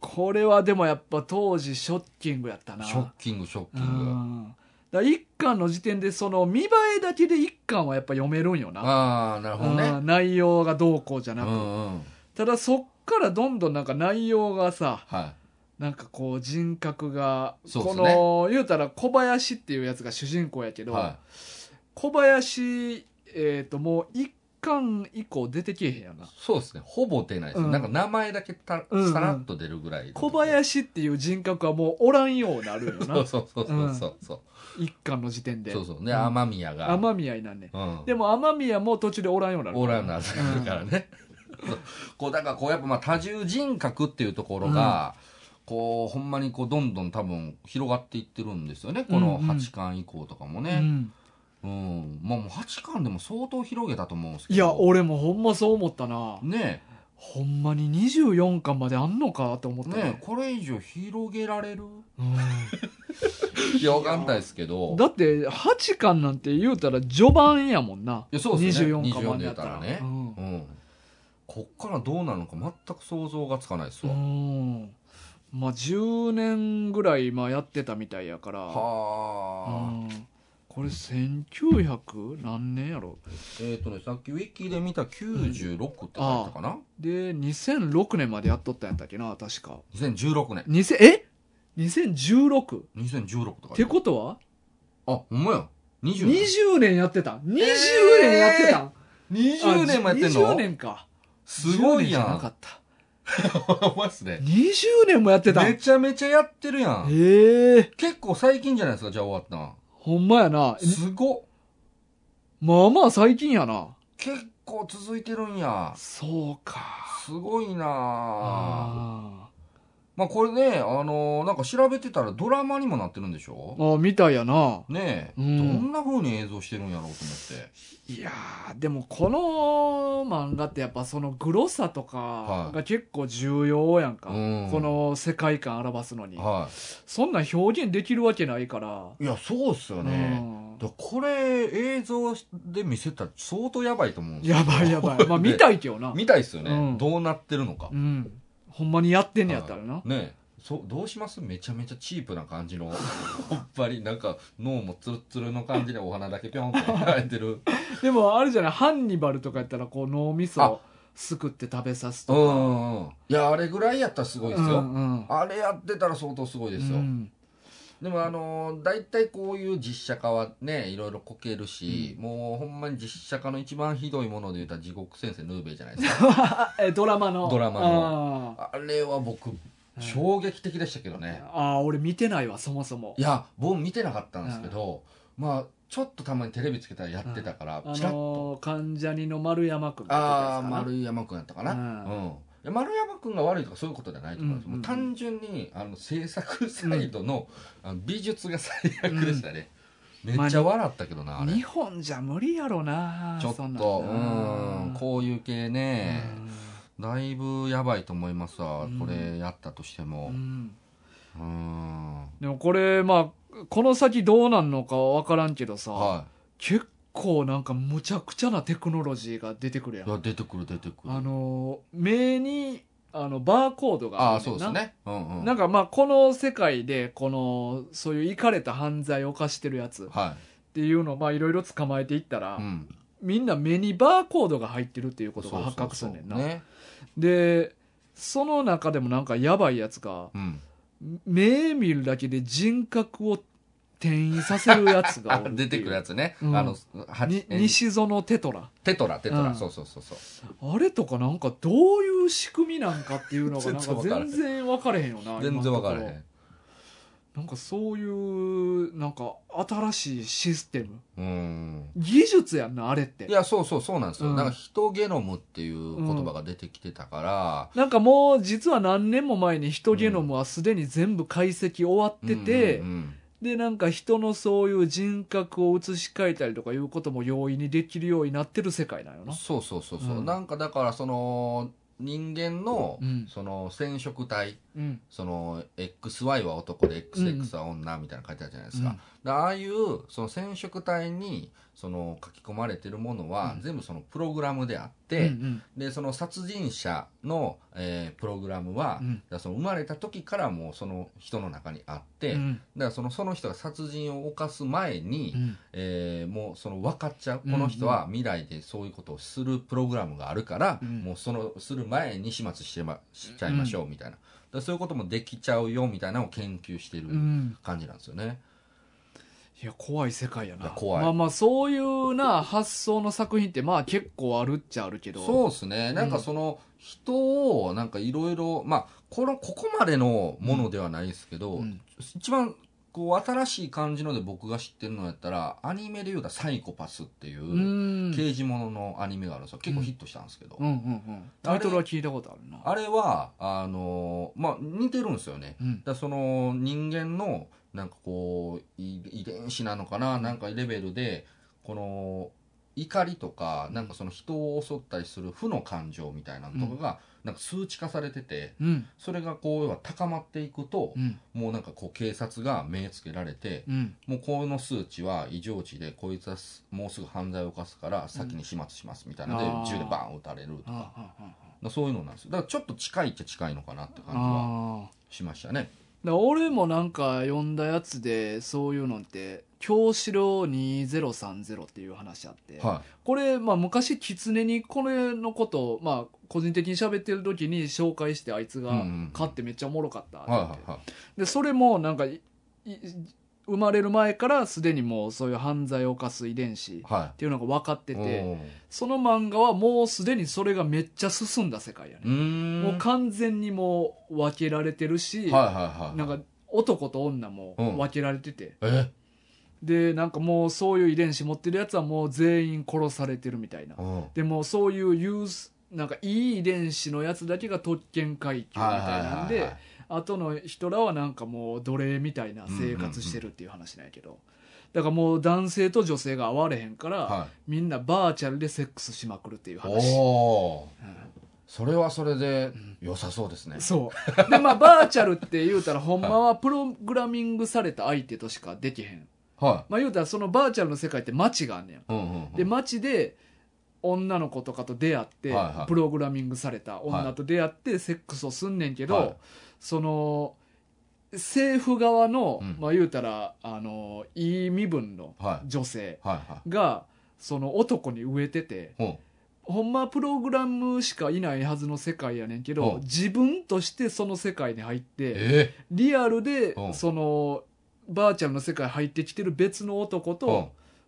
S1: これはでもやっぱ当時ショッキングやったな
S2: ョッキングショッキ
S1: う
S2: ング、
S1: んだから一巻の時点でその見栄えだけで一巻はやっぱ読めるんよな
S2: ああなるほど
S1: う
S2: ね
S1: ん内容がどうこうじゃ
S2: う
S1: なく、
S2: んうん
S1: ただそっからどんどんなんか内容がさ
S2: は
S1: なんかこう人格が、
S2: そうっ
S1: こ
S2: すね
S1: の言うたら小林っていうやつが主人公やけ
S2: い
S1: ど、
S2: は
S1: 小林えっ、ともう一巻以降出てけえへんやない
S2: そうですねほぼ出ないです、
S1: うん
S2: なんか名前だけた
S1: うんうん
S2: さらっと出るぐらい、
S1: 小林っていう人格はもうおらんようになるよ
S2: そ
S1: な
S2: うそうそうそうそうそう
S1: 一巻の時点で
S2: そうそうね
S1: うん
S2: 雨宮が、
S1: 雨宮になんねん
S2: うん、
S1: でも雨宮も途中でおらんようになる
S2: オーラルな味があるからね、そうこうだからこうやっぱまあ多重人格っていうところが、こうほんまにこうどんどん多分広がっていってるんですよねこの
S1: うんうん
S2: 8巻以降とかも
S1: う
S2: ね
S1: ん
S2: うん、まあもう8巻でも相当広げたと思うんですけど
S1: いや俺もほんまそう思ったな
S2: ね
S1: ほんまに24巻まであんのかと思っ
S2: え
S1: た
S2: ねえこれ以上広げられる
S1: うん
S2: いや、わかんないですけど。
S1: だって8巻なんて言うたら序盤やもんない
S2: や、そうですね。
S1: 24巻まで
S2: で言
S1: や
S2: っ
S1: った
S2: たら
S1: ら
S2: ね。
S1: うん
S2: うん。こっからどうなるのか全く想像がつかないですわ。
S1: うんまあ10年ぐらいまあやってたみたいやから、う
S2: はあ。
S1: んこれ1900何年やろ
S2: えっとね、さっきウィキで見た96って書いたかな
S1: で2006年までやっとったんやったっけな確か
S2: ?2016 年。
S1: 2000え 2016? っ
S2: 2016って書
S1: て
S2: いてある。
S1: ことは
S2: あ、ほんまや。20年。
S1: 20年やってた20年やってたん、
S2: 20年もやってんの
S1: あ20年か
S2: すご
S1: 10年
S2: い
S1: じ
S2: や
S1: ゃなか
S2: ん。
S1: った
S2: ほんまっすね。
S1: 20年もやってたん
S2: <laughs> め
S1: へ
S2: ちゃめちゃやってるやん。
S1: え
S2: 結構最近じゃないですか、じゃあ終わったん
S1: ほんまやな
S2: すごっ。
S1: まあまあ最近やな
S2: 結構続いてるんや。
S1: そうか
S2: すごいなあ
S1: ああ
S2: まあこれね、あのーなんか調べてたらドラマにもなってるんでしょ
S1: ああ、みたいやな。
S2: ねえ、
S1: うん
S2: どんな風に映像してるんやろうと思って。
S1: いやー、でもこの漫画ってやっぱそのグロさとかが結構重要やんか。
S2: うん
S1: この世界観表すのに。
S2: は
S1: そんな表現できるわけないから。
S2: い。いや、そうっすよね。
S1: うん
S2: だからこれ、映像で見せたら相当やばいと思うんですよ
S1: やばいやばい。まあ
S2: ね
S1: 見たいけどな。
S2: 見たいっすよね、
S1: うん
S2: どうなってるのか
S1: う。ん。ほんまにやってんねやったらな。
S2: ねえ。そうどうしますめちゃめちゃチープな感じの <laughs> ほんまになんか脳もツルツルの感じでお花だけピョンって生えて
S1: <laughs>
S2: る
S1: でもあれじゃない、ハンニバルとかやったらこう脳みそをすくって食べさす
S2: う
S1: と
S2: ん
S1: か。
S2: うんうんいやあれぐらいやったらすごいですよ、
S1: うんうん
S2: あれやってたら相当すごいですよ、
S1: うん
S2: でもあのー大体こういう実写化はねいろいろこけるし、もうほんまに実写化の一番ひどいもので言ったら地獄先生ヌーベイじゃないですか
S1: えドラマの。
S2: ドラマの
S1: あー
S2: あれは僕衝撃的でしたけどね、
S1: あー俺見てないわそもそも
S2: いや僕見てなかったんですけど、まあちょっとたまにテレビつけたらやってたから、
S1: あ
S2: ちらっと
S1: のー関ジャニの丸山君
S2: ああー
S1: 山
S2: 丸山君やったかな、
S1: う
S2: うんんで丸山君が悪いとかそういうことじゃないと思います、
S1: うんうんうん
S2: もう単純にあの制作サイドの,、あの美術が最悪でしたね、めっちゃ笑ったけどなあれ
S1: 日本じゃ無理やろな
S2: ちょっと
S1: そ
S2: うん
S1: なん
S2: ん
S1: な
S2: こういう系ね、
S1: う
S2: だいぶやばいと思いますわ
S1: うん
S2: これやったとしても
S1: んうん
S2: うん
S1: でもこれまあこの先どうなんのかわからんけどさ、
S2: は
S1: 結構なんかむちゃくちゃなテクノロジーが出てくるや
S2: いい
S1: ん
S2: や出てくる出てくる
S1: あのー目にあのバーコードがあ
S2: あ
S1: る
S2: あ
S1: ね
S2: そうんで
S1: な
S2: すねうんうん
S1: なんかまあこの世界でこのそういういかれた犯罪を犯してるやつっ
S2: は
S1: ていうのをまあいろいろ捕まえていったら、
S2: い、うん、
S1: みんな目にバーコードが入ってるっていうことが発覚するねんな
S2: そうそうそうね、
S1: でその中でもなんかやばいやつが
S2: うん、
S1: 目見るだけで人格を転移させるやつが
S2: <laughs> あ
S1: おるってい
S2: 出
S1: う
S2: てくるやつね、
S1: うん
S2: あのは
S1: に
S2: え
S1: 西園テトラ
S2: テトラテト
S1: う
S2: ラ
S1: ん
S2: そうそうそうそう
S1: あれとかなんかどういう仕組みなんかっていうのがなんか
S2: <laughs> 全然分から
S1: 全然分かれ
S2: へん
S1: へんよな
S2: 全然分からへ
S1: 今のとこ
S2: ん
S1: ろなんかそういうなんか新しいシステム
S2: うん
S1: 技術やんなあれって
S2: いやそうそうそうなんですよ、
S1: うん
S2: なんか人ゲノムっていう言葉が出てきてたから、
S1: なんかもう実は何年も前にヒトゲノムはすでに全部解析終わってて、
S2: うんうんうん
S1: でなんか人のそういう人格を移し替えたりとかいうことも容易にできるようになってる世界なんよな
S2: そうそうそうそう、
S1: うん
S2: なんかだからその人間の、
S1: うん
S2: その染色体
S1: うん
S2: その XY は男で
S1: うん
S2: XX は女みたいなの書いてあるじゃないですか、でああいうその染色体にその書き込まれてるものは
S1: うん
S2: 全部そのプログラムであっ
S1: う
S2: て、
S1: ん
S2: でその殺人者の、えープログラムは、
S1: うんうん
S2: だからその生まれた時からもうその人の中にあって、
S1: う
S2: だか
S1: ん
S2: らそのその人が殺人を犯す前に、
S1: うん
S2: えーもうその分かっちゃう、
S1: うん
S2: この人は未来でそういうことをするプログラムがあるから、
S1: うん
S2: もうそのする前に始末してましちゃいましょうみたいな、だからそういうこともできちゃうよみたいなのを研究してる
S1: うん
S2: 感じなんですよね。
S1: いや怖い世界やない
S2: や怖い
S1: まあまあそういうな発想の作品ってまあ結構あるっちゃあるけど
S2: そうですねなん
S1: う
S2: か
S1: ん
S2: その人をなんかいろいろまあこのここまでのものではないですけど、
S1: うん
S2: 一番こう新しい感じので僕が知ってるのやったらアニメで言うたら「サイコパス」っていううん
S1: うん
S2: 刑事もののアニメがあるんですよ結構ヒットしたんですけど、
S1: うんうんタイトルは聞いたことあるな
S2: あれはあのーまあ似てるんですよね
S1: うん
S2: だからその人間のなんかこうい遺伝子なのかななんかレベルでこの怒りとかなんかその人を襲ったりする負の感情みたいなのとかが、なんか数値化されてて
S1: うん
S2: それがこう要は高まっていくと
S1: う、ん
S2: もうなんかこう警察が目つけられて、
S1: うん
S2: もうこの数値は異常値でこいつはすもうすぐ犯罪を犯すから先に始末しますみたいなので、
S1: あー
S2: 銃でバーン撃たれると
S1: あ
S2: か
S1: あああ
S2: そういうのなんですよだからちょっと近いっちゃ近いのかなって感じは
S1: ああ
S2: しましたね
S1: だから俺もなんか読んだやつでそういうのって「京城2030」っていう話あって、
S2: は
S1: これ、まあ、昔狐にこれのことを、まあ、個人的に喋ってる時に紹介してあいつが
S2: うんうん
S1: 「勝ってめっちゃおもろかった」っ
S2: い
S1: て
S2: はい
S1: 言
S2: は
S1: って
S2: いはい
S1: でそれもなんかいい生まれる前からすでにもうそういう犯罪を犯す遺伝子っ
S2: は
S1: ていうのが分かっ
S2: い
S1: ててその漫画はもうすでにそれがめっちゃ進んだ世界や
S2: うー
S1: ね、
S2: ん
S1: もう完全にもう分けられてるし、
S2: はいはいはい
S1: なんか男と女も
S2: うん
S1: 分けられてて、
S2: え
S1: でなんかもうそういう遺伝子持ってるやつはもう全員殺されてるみたいな、
S2: うん
S1: でもそういう有なんかいい遺伝子のやつだけが特権階級みたいなん
S2: はいはいはい
S1: で
S2: はい
S1: あとの人らはなんかもう奴隷みたいな生活してるっていう話なんやけど、だからもう男性と女性が会われへんから、
S2: は
S1: みんなバーチャルでセックスしまくるっていう
S2: い
S1: 話、
S2: おー
S1: う
S2: それはそれで
S1: ん
S2: 良さそうですね
S1: んそうでまあバーチャルって言うたらほんまはプログラミングされた相手としかできへん
S2: は
S1: まあ言うたらそのバーチャルの世界って街があんねん
S2: いうんうんうん
S1: で街で女の子とかと出会って、
S2: はいはい
S1: プログラミングされた女と出会ってセックスをすんねんけど、
S2: はい
S1: その政府側の、
S2: うん
S1: まあ言うたらあのいい身分の
S2: はい
S1: 女性
S2: はいは
S1: がその男に植えてて
S2: いうん
S1: ほんまはプログラムしかいないはずの世界やねんけど、
S2: うん
S1: 自分としてその世界に入って
S2: え
S1: リアルで、
S2: うん
S1: そのバーチャルの世界入ってきてる別の男
S2: ー
S1: と、
S2: うんは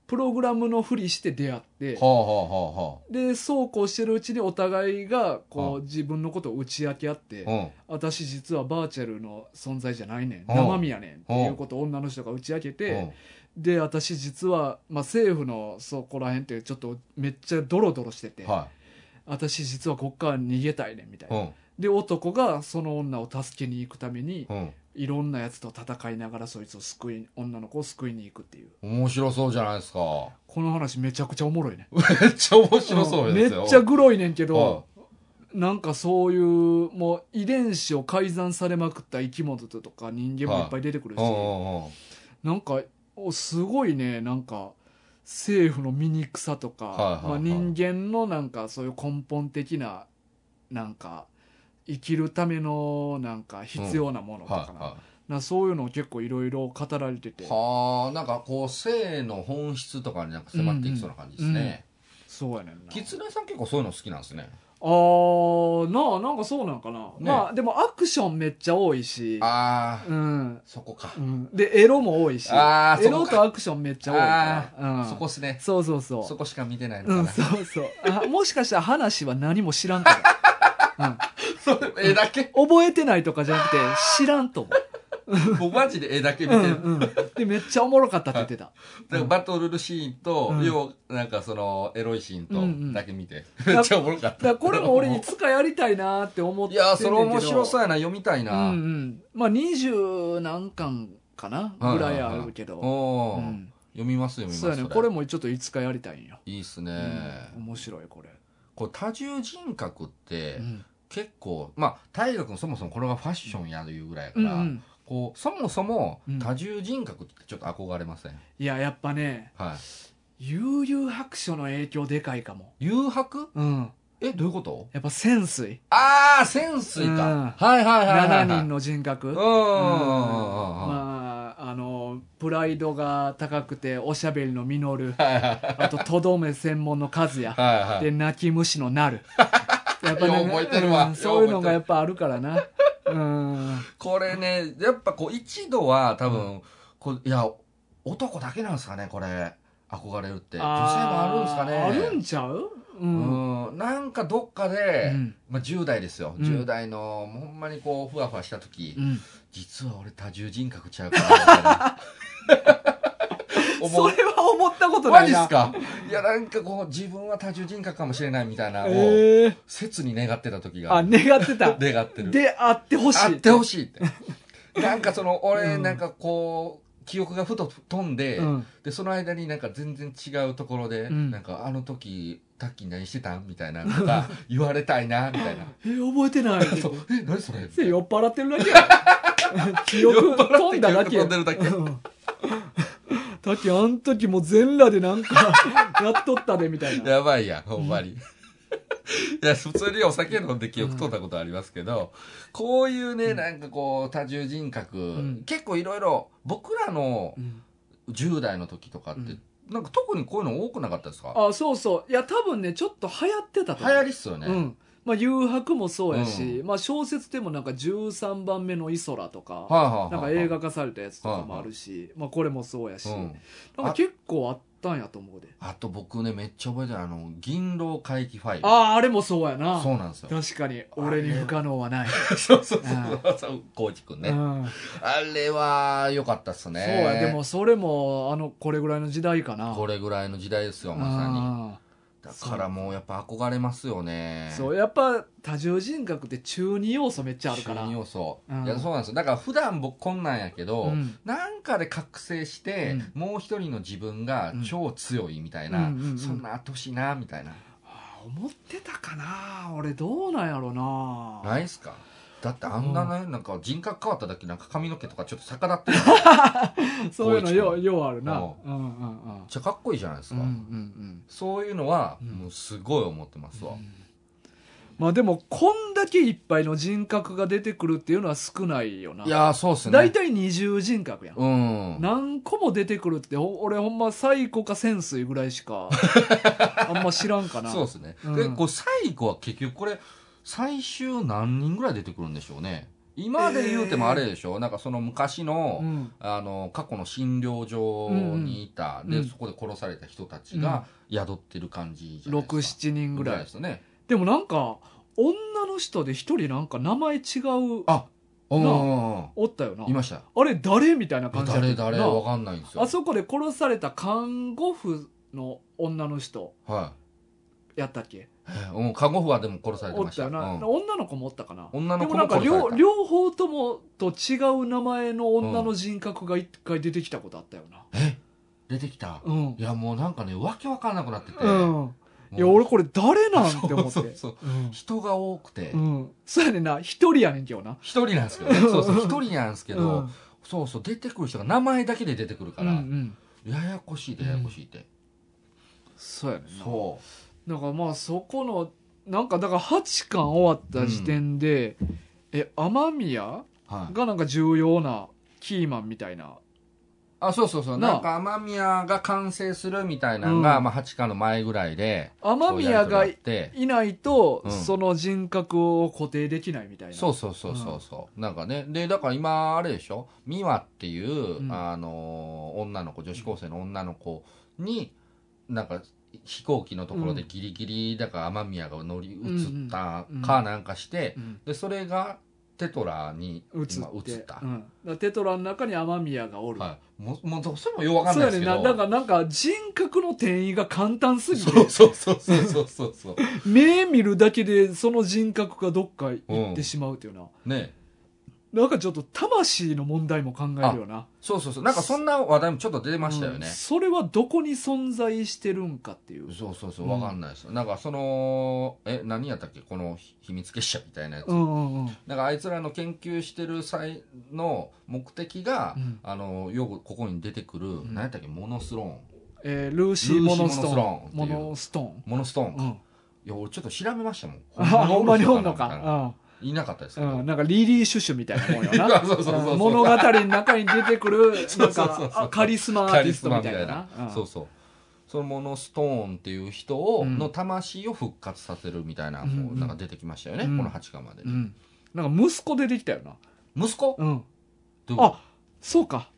S1: プログラムのふりして出会って、
S2: あはあはあは
S1: でそうこうしてるうちにお互いがこ
S2: う
S1: う自分のことを打ち明け合って
S2: あうん
S1: 私実はバーチャルの存在じゃないねん
S2: うん
S1: 生身やねんっていうことを女の人が打ち明けてで私実は、まあ、政府のそこら辺ってちょっとめっちゃドロドロして
S2: う
S1: て
S2: んは
S1: 私実はこっから逃げたいねんみたい
S2: いうん
S1: なで男がその女を助けに行くために
S2: うん
S1: いろんなやつと戦いながらそいつを救い女の子を救いに行くっていう
S2: 面白そうじゃないですか <laughs>
S1: この話めちゃくちゃおもろいね
S2: めっちゃ面白そ
S1: め
S2: うで
S1: っ
S2: すよ
S1: ちゃグロいねんけど、
S2: は
S1: なんかそういうもう遺伝子を改ざんされまくった生き物とか人間もいっぱい出てくるし、
S2: いうんうんうん
S1: なんかおすごいねなんか政府の醜さとか、
S2: はいはいはい
S1: まあ、人間のなんかそういう根本的ななんか生きるためのなんか必要なものとかな,、
S2: はいはい
S1: なそういうのを結構いろいろ語られてて
S2: はあなんかこう性の本質とかになんか迫っていきそうな感じですね、
S1: そうやねんな
S2: キツネさん結構そういうの好きなんですね
S1: あーなあなんかそうなんかな、まあでもアクションめっちゃ多いし
S2: ああ
S1: うん
S2: そこか
S1: うん、でエロも多いし
S2: あー
S1: エ
S2: そこ
S1: ロ
S2: か
S1: とアクションめっちゃ多いから、うん、
S2: そこっすね
S1: そうそうそう
S2: そこしか見てないのか
S1: う
S2: な、
S1: んそうそうあもしかしたら話は何も知らんから、
S2: そ <laughs> れ絵だけ
S1: うん、覚えてないとかじゃなくて知らんと思う、
S2: 僕マジで絵だけ見
S1: う
S2: てる、
S1: んうん、でめっちゃおもろかったって言ってた
S2: だからバトルシーンと、
S1: うん
S2: 要なんかそのエロいシー
S1: うんう
S2: ン
S1: ん
S2: とだけ見て、めっちゃおもろかっ
S1: だか
S2: た
S1: らこれも俺いつかやりたいなーって思って
S2: い
S1: んねんけ
S2: や
S1: ど
S2: ーそれ面白そう
S1: や
S2: やな読みたいな、
S1: うんうんまあ二十何巻かな
S2: はい
S1: ぐ
S2: は
S1: ら
S2: い
S1: い
S2: はい
S1: あるけど、
S2: お
S1: う
S2: ー
S1: ん、
S2: 読みます読みます
S1: そうやね
S2: それ
S1: これもちょっといつかやりたいんよ、
S2: いいっすね、
S1: うん、面白いこれ、
S2: こう多重人格って、
S1: うん
S2: 結構まあ大河君そもそもこれがファッションやというぐらいやか
S1: うんう
S2: ら、
S1: ん、
S2: こうそもそも
S1: うん
S2: 多重人格ってちょっと憧れません、
S1: いややっぱね
S2: はい
S1: 悠々白書の影響でかいかも
S2: 誘白
S1: うん
S2: えどういうこと
S1: やっぱ潜水
S2: ああ潜水か、
S1: うん
S2: はいはいはいはい、はい、
S1: 7人の人格
S2: う
S1: うんん
S2: うんうん
S1: ま
S2: うんうん
S1: ああのプライドが高くておしゃべりの実
S2: <laughs>
S1: るあととどめ専門の和也
S2: はいはい
S1: で泣き虫の
S2: <laughs>
S1: なるやっ
S2: よう覚えてるわ
S1: うんそういうのがやっぱあるからなうん
S2: これねやっぱこう一度は多分、こういや男だけなんですかねこれ憧れるって女性もあるんですかね
S1: あーあるんちゃううん
S2: うんなんかどっかで、
S1: うん
S2: まあ、10代ですよ、
S1: うん
S2: 10代のほんまにこうふわふわした時、
S1: うん
S2: 実は俺多重人格ちゃうか
S1: <laughs>
S2: らみたいな
S1: そ
S2: 思う
S1: れは思ったことな
S2: マ
S1: い
S2: ジっ
S1: な
S2: すかいやなんかこう自分は多重人格かもしれないみたいなを
S1: ええ
S2: 切に願ってた時が
S1: あ願って
S2: <laughs>
S1: た
S2: 願ってる
S1: であってほしい <laughs>
S2: あってほしいってなんかその俺
S1: うん
S2: なんかこう記憶がふと飛んで、
S1: うん
S2: でその間になんか全然違うところで、
S1: うん
S2: なんかあの時タッキー何してたんみたいな
S1: <laughs>
S2: とか言われたいなみたいな
S1: え覚えてない
S2: <laughs> そうえ何それみた
S1: せ
S2: いな
S1: 酔っ払ってるだけや
S2: <laughs>
S1: 記憶飛んだだけ
S2: 酔っ払って記憶飛んでるだけ
S1: うんだってあん時もう全裸でなんか <laughs> やっとったでみたいな
S2: やばいやんほんまに、いや普通にお酒飲んで記憶飛んだことありますけど、こういうねなんかこう多重人格、
S1: ん
S2: 結構いろいろ僕らの
S1: うん
S2: 10代の時とかって、
S1: うん
S2: なんか特にこういうの多くなかったですか
S1: あそうそういや多分ねちょっと流行ってたと
S2: 流
S1: 思う
S2: 行りっすよね、
S1: うんまあ、誘白もそうやし、まあ、小説でもなんか13番目のイソラとか、
S2: はいはいはいはい
S1: なんか映画化されたやつとかもあるし、まあ、これもそうやし、
S2: うん
S1: なんか結構あったんやと思うで
S2: あと僕ねめっちゃ覚えてるあの銀狼回帰ファイル
S1: あああれもそうやな
S2: そうなんで
S1: <laughs>
S2: すよ
S1: 確かに俺に不可能はない、
S2: そうそうそうそう浩くん
S1: う
S2: ね
S1: ん
S2: あれは良かったっすね
S1: そうやでもそれもあのこれぐらいの時代かな
S2: これぐらいの時代ですよまさにだ
S1: そう
S2: からもうやっぱ憧れますよね
S1: うんそうやっぱ多重人格って中二要素めっちゃあるから
S2: 主要素
S1: うん
S2: いやそうなんですよだから普段僕こんなんやけど、
S1: うん
S2: なんかで覚醒して、もう一人の自分が超強いみたいな、
S1: うんうんうんうん
S2: そんな後しいなみたいな、
S1: あー思ってたかな俺どうなんやろな
S2: ないっすかだってあんなね、なんか人格変わっただけなんか髪の毛とかちょっと逆立ってるめっ
S1: そういうのようようあるな。
S2: う
S1: うんんうんうん。
S2: ちゃかっこいいじゃないです
S1: う
S2: か、
S1: んうんうん。
S2: そういうのは
S1: うん
S2: もうすごい思ってますわ、
S1: まあでも、こんだけいっぱいの人格が出てくるっていうのは少ないよな。
S2: いやーそうっすね
S1: 大体二重人格やん。
S2: うん
S1: 何個も出てくるって、ほ俺ほんまサイコか潜水ぐらいし
S2: <laughs>
S1: か、あんま知らんかな。
S2: そうですね、
S1: うん
S2: でこう最後は結局これ最終何人ぐらい出てくるんでしょうね今まで言うてもあれでしょ、なんかその昔の、
S1: うん。
S2: あの過去の診療所にいた、
S1: うんうん
S2: でそこで殺された人たちが宿ってる感じじゃない
S1: 六
S2: ですか、
S1: 七人ぐ
S2: ぐらい
S1: らい
S2: で。すよね
S1: でもなんか、女の人で一人なんか名前違う、
S2: あうんうんうんうん。
S1: おったよない
S2: ました
S1: あれ誰みたいな感じやった
S2: 誰
S1: よ
S2: 誰
S1: な
S2: わかんないんですよ
S1: あそこで殺された看護婦の女の人
S2: は
S1: やったっけ
S2: い、うん、看護婦はでも殺されて
S1: お
S2: ま
S1: っ
S2: したた
S1: よな、
S2: うん
S1: 女の子もおったかな
S2: 女
S1: で
S2: の子
S1: も
S2: も
S1: なんか
S2: 殺され
S1: 両
S2: た
S1: 両方ともと違う名前の女の人格が一回出てきたことあったよな
S2: 出てきた、
S1: うん
S2: いやもうなんかねわけわかんなくなってて、
S1: うん、いや
S2: もう
S1: 俺これ誰なんて思って
S2: <laughs> そうそうそう
S1: うん
S2: 人が多くて、
S1: うんそうやねんな一人やねんけどな
S2: 一人なんです
S1: <laughs>
S2: けどねそうそう一人なんですけど、
S1: うん
S2: そうそう出てくる人が名前だけで出てくるから、
S1: うんうん
S2: ややこしいでややこしいって、
S1: そうやねんな
S2: そ
S1: だからまあそこのなんかだから8巻終わった時点で、え雨宮
S2: う、はい、
S1: がなんか重要なキーマンみたいな
S2: あそうそうそう
S1: なあ
S2: なんか雨宮が完成するみたいなのが、
S1: うん
S2: まあ、8巻の前ぐらいで
S1: 雨宮
S2: そうや
S1: が
S2: り取りあって
S1: いないと、
S2: うん
S1: その人格を固定できないみたいな
S2: そうそうそうそうそう、なんかねでだから今あれでしょ美和っていう、
S1: うん
S2: あのー女の子女子高生の女の子になんか飛行機のところでギリギリだから雨宮が乗り移ったかなんかして、
S1: うん、
S2: でそれがテトラに
S1: 映っ
S2: 今
S1: て
S2: 移った、
S1: うん、だからテトラの中に雨宮がおる、
S2: はい、もうもうどうしてもようわかん
S1: そう
S2: ない
S1: や
S2: です
S1: ねな
S2: けど
S1: なんかなんか人格の転移が簡単すぎて
S2: そうそうそうそうそうそうそう
S1: 目見るだけでその人格がどっか行ってしまうっていうな、
S2: ね
S1: なんかちょっと魂の問題も考えるよな
S2: そうそうそうなんかそんな話題もちょっと出ましたよ
S1: うん
S2: ね、
S1: それはどこに存在してるんかっていう
S2: そうそうそう
S1: うん
S2: わかんないです、なんかそのえ何やったっけこのひ秘密結社みたいなやつ、
S1: うんうんうん
S2: なんかあいつらの研究してる際の目的が、
S1: うん
S2: あのよくここに出てくる、
S1: ん
S2: 何やったっけモノスローン
S1: えールーシー・モノストーン
S2: ルーシー
S1: モ
S2: モノ
S1: ノストーン
S2: モノストーンか、
S1: う
S2: い
S1: ん
S2: や俺ちょっと調べましたもん
S1: <laughs> あほんまにおんの
S2: みたいな
S1: か。
S2: いなかったですけ
S1: う
S2: ど、
S1: ん。うん。なんかリリー・シュシュみたいなもんよな。
S2: <laughs> そうそうそうそう
S1: うん物語の中に出てくる、
S2: そ
S1: な
S2: うんそうそうそう
S1: か、あカリスマアーティストみたいなな。
S2: そううそうそのモノストーンっていう人を、
S1: うん
S2: の魂を復活させるみたいな、
S1: うんうん
S2: もうなんか出てきましたよね、
S1: うん
S2: この8巻まで
S1: ん。う、ん。なんか息子出てきたよな。
S2: 息子
S1: うん。
S2: どういうこと
S1: あ、そうか。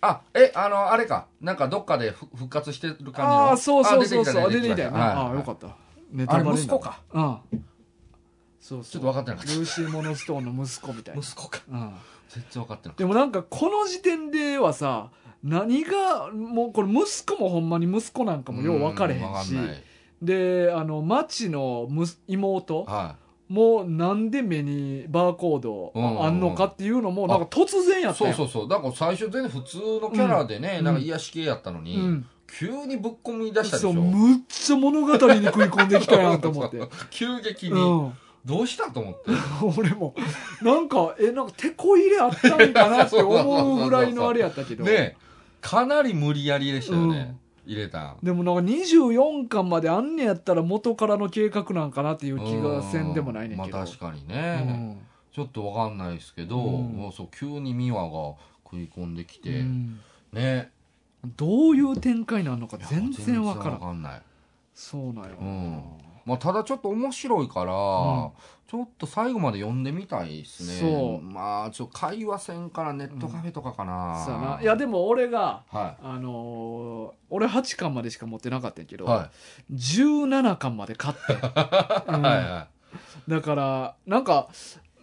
S2: あえあのあれかなんかどっかでふ復活してる感じの
S1: ああ、そうそうそうそう。
S2: あ
S1: あ出てきたよ
S2: はい
S1: な。あよかった。ネ
S2: あ
S1: タバレにな
S2: れ
S1: る
S2: 息子。か
S1: うん。そう
S2: ちょ
S1: そ
S2: っ
S1: う。
S2: と分かってなかっ
S1: ルーシー・モノストーンの息子みた
S2: た
S1: いな。
S2: 息子か
S1: うん。
S2: 全然分かってなか
S1: でもなんかこの時点ではさ、何が、もうこれ息子もほんまに息子なん
S2: った
S1: かもよう分かれへん
S2: う
S1: し。
S2: 分かんない
S1: であの町のむ妹
S2: は
S1: もうなんで目にバーコードあんのかっていうのもなんか突然やった
S2: そ
S1: や
S2: うんそうそうだから最初全然普通のキャラでね、
S1: うん
S2: なんか癒し系やったのに、
S1: うん
S2: 急にぶっ込み出したでし
S1: そう
S2: ょ
S1: むっちゃ物語に食 <laughs> い込んできたやんと思って、う
S2: <laughs> 急激に、
S1: ん、 <laughs>
S2: どうしたと思って
S1: 俺もなんかえなんか手こ入れあったんかなって思うぐらいのあれやった <laughs> けど、
S2: ねかなり無理やりでしたよね、入れた
S1: でもなんか24巻まであんねやったら元からの計画なんかなっていう気がせんでもないねんけど、
S2: まあ、確かにね、ちょっとわかんないですけど、
S1: うん
S2: もうそう急に美和が食い込んでき
S1: う
S2: て、
S1: ん
S2: ね
S1: うんどういう展開なのか全然わから
S2: わ
S1: ん
S2: かんない
S1: そうなんよな、
S2: うんまあ、ただちょっと面白いから、
S1: ん
S2: ちょっと最後まで読んでみたいですね
S1: そう
S2: まあちょ会話せんからネットカフェとかかな、
S1: そうやないやでも俺が
S2: は
S1: あのー俺8巻までしか持ってなかったんやけ
S2: い
S1: ど、
S2: は
S1: 17巻まで買ってん、
S2: い、 <laughs>
S1: うん
S2: はいは
S1: だからなんか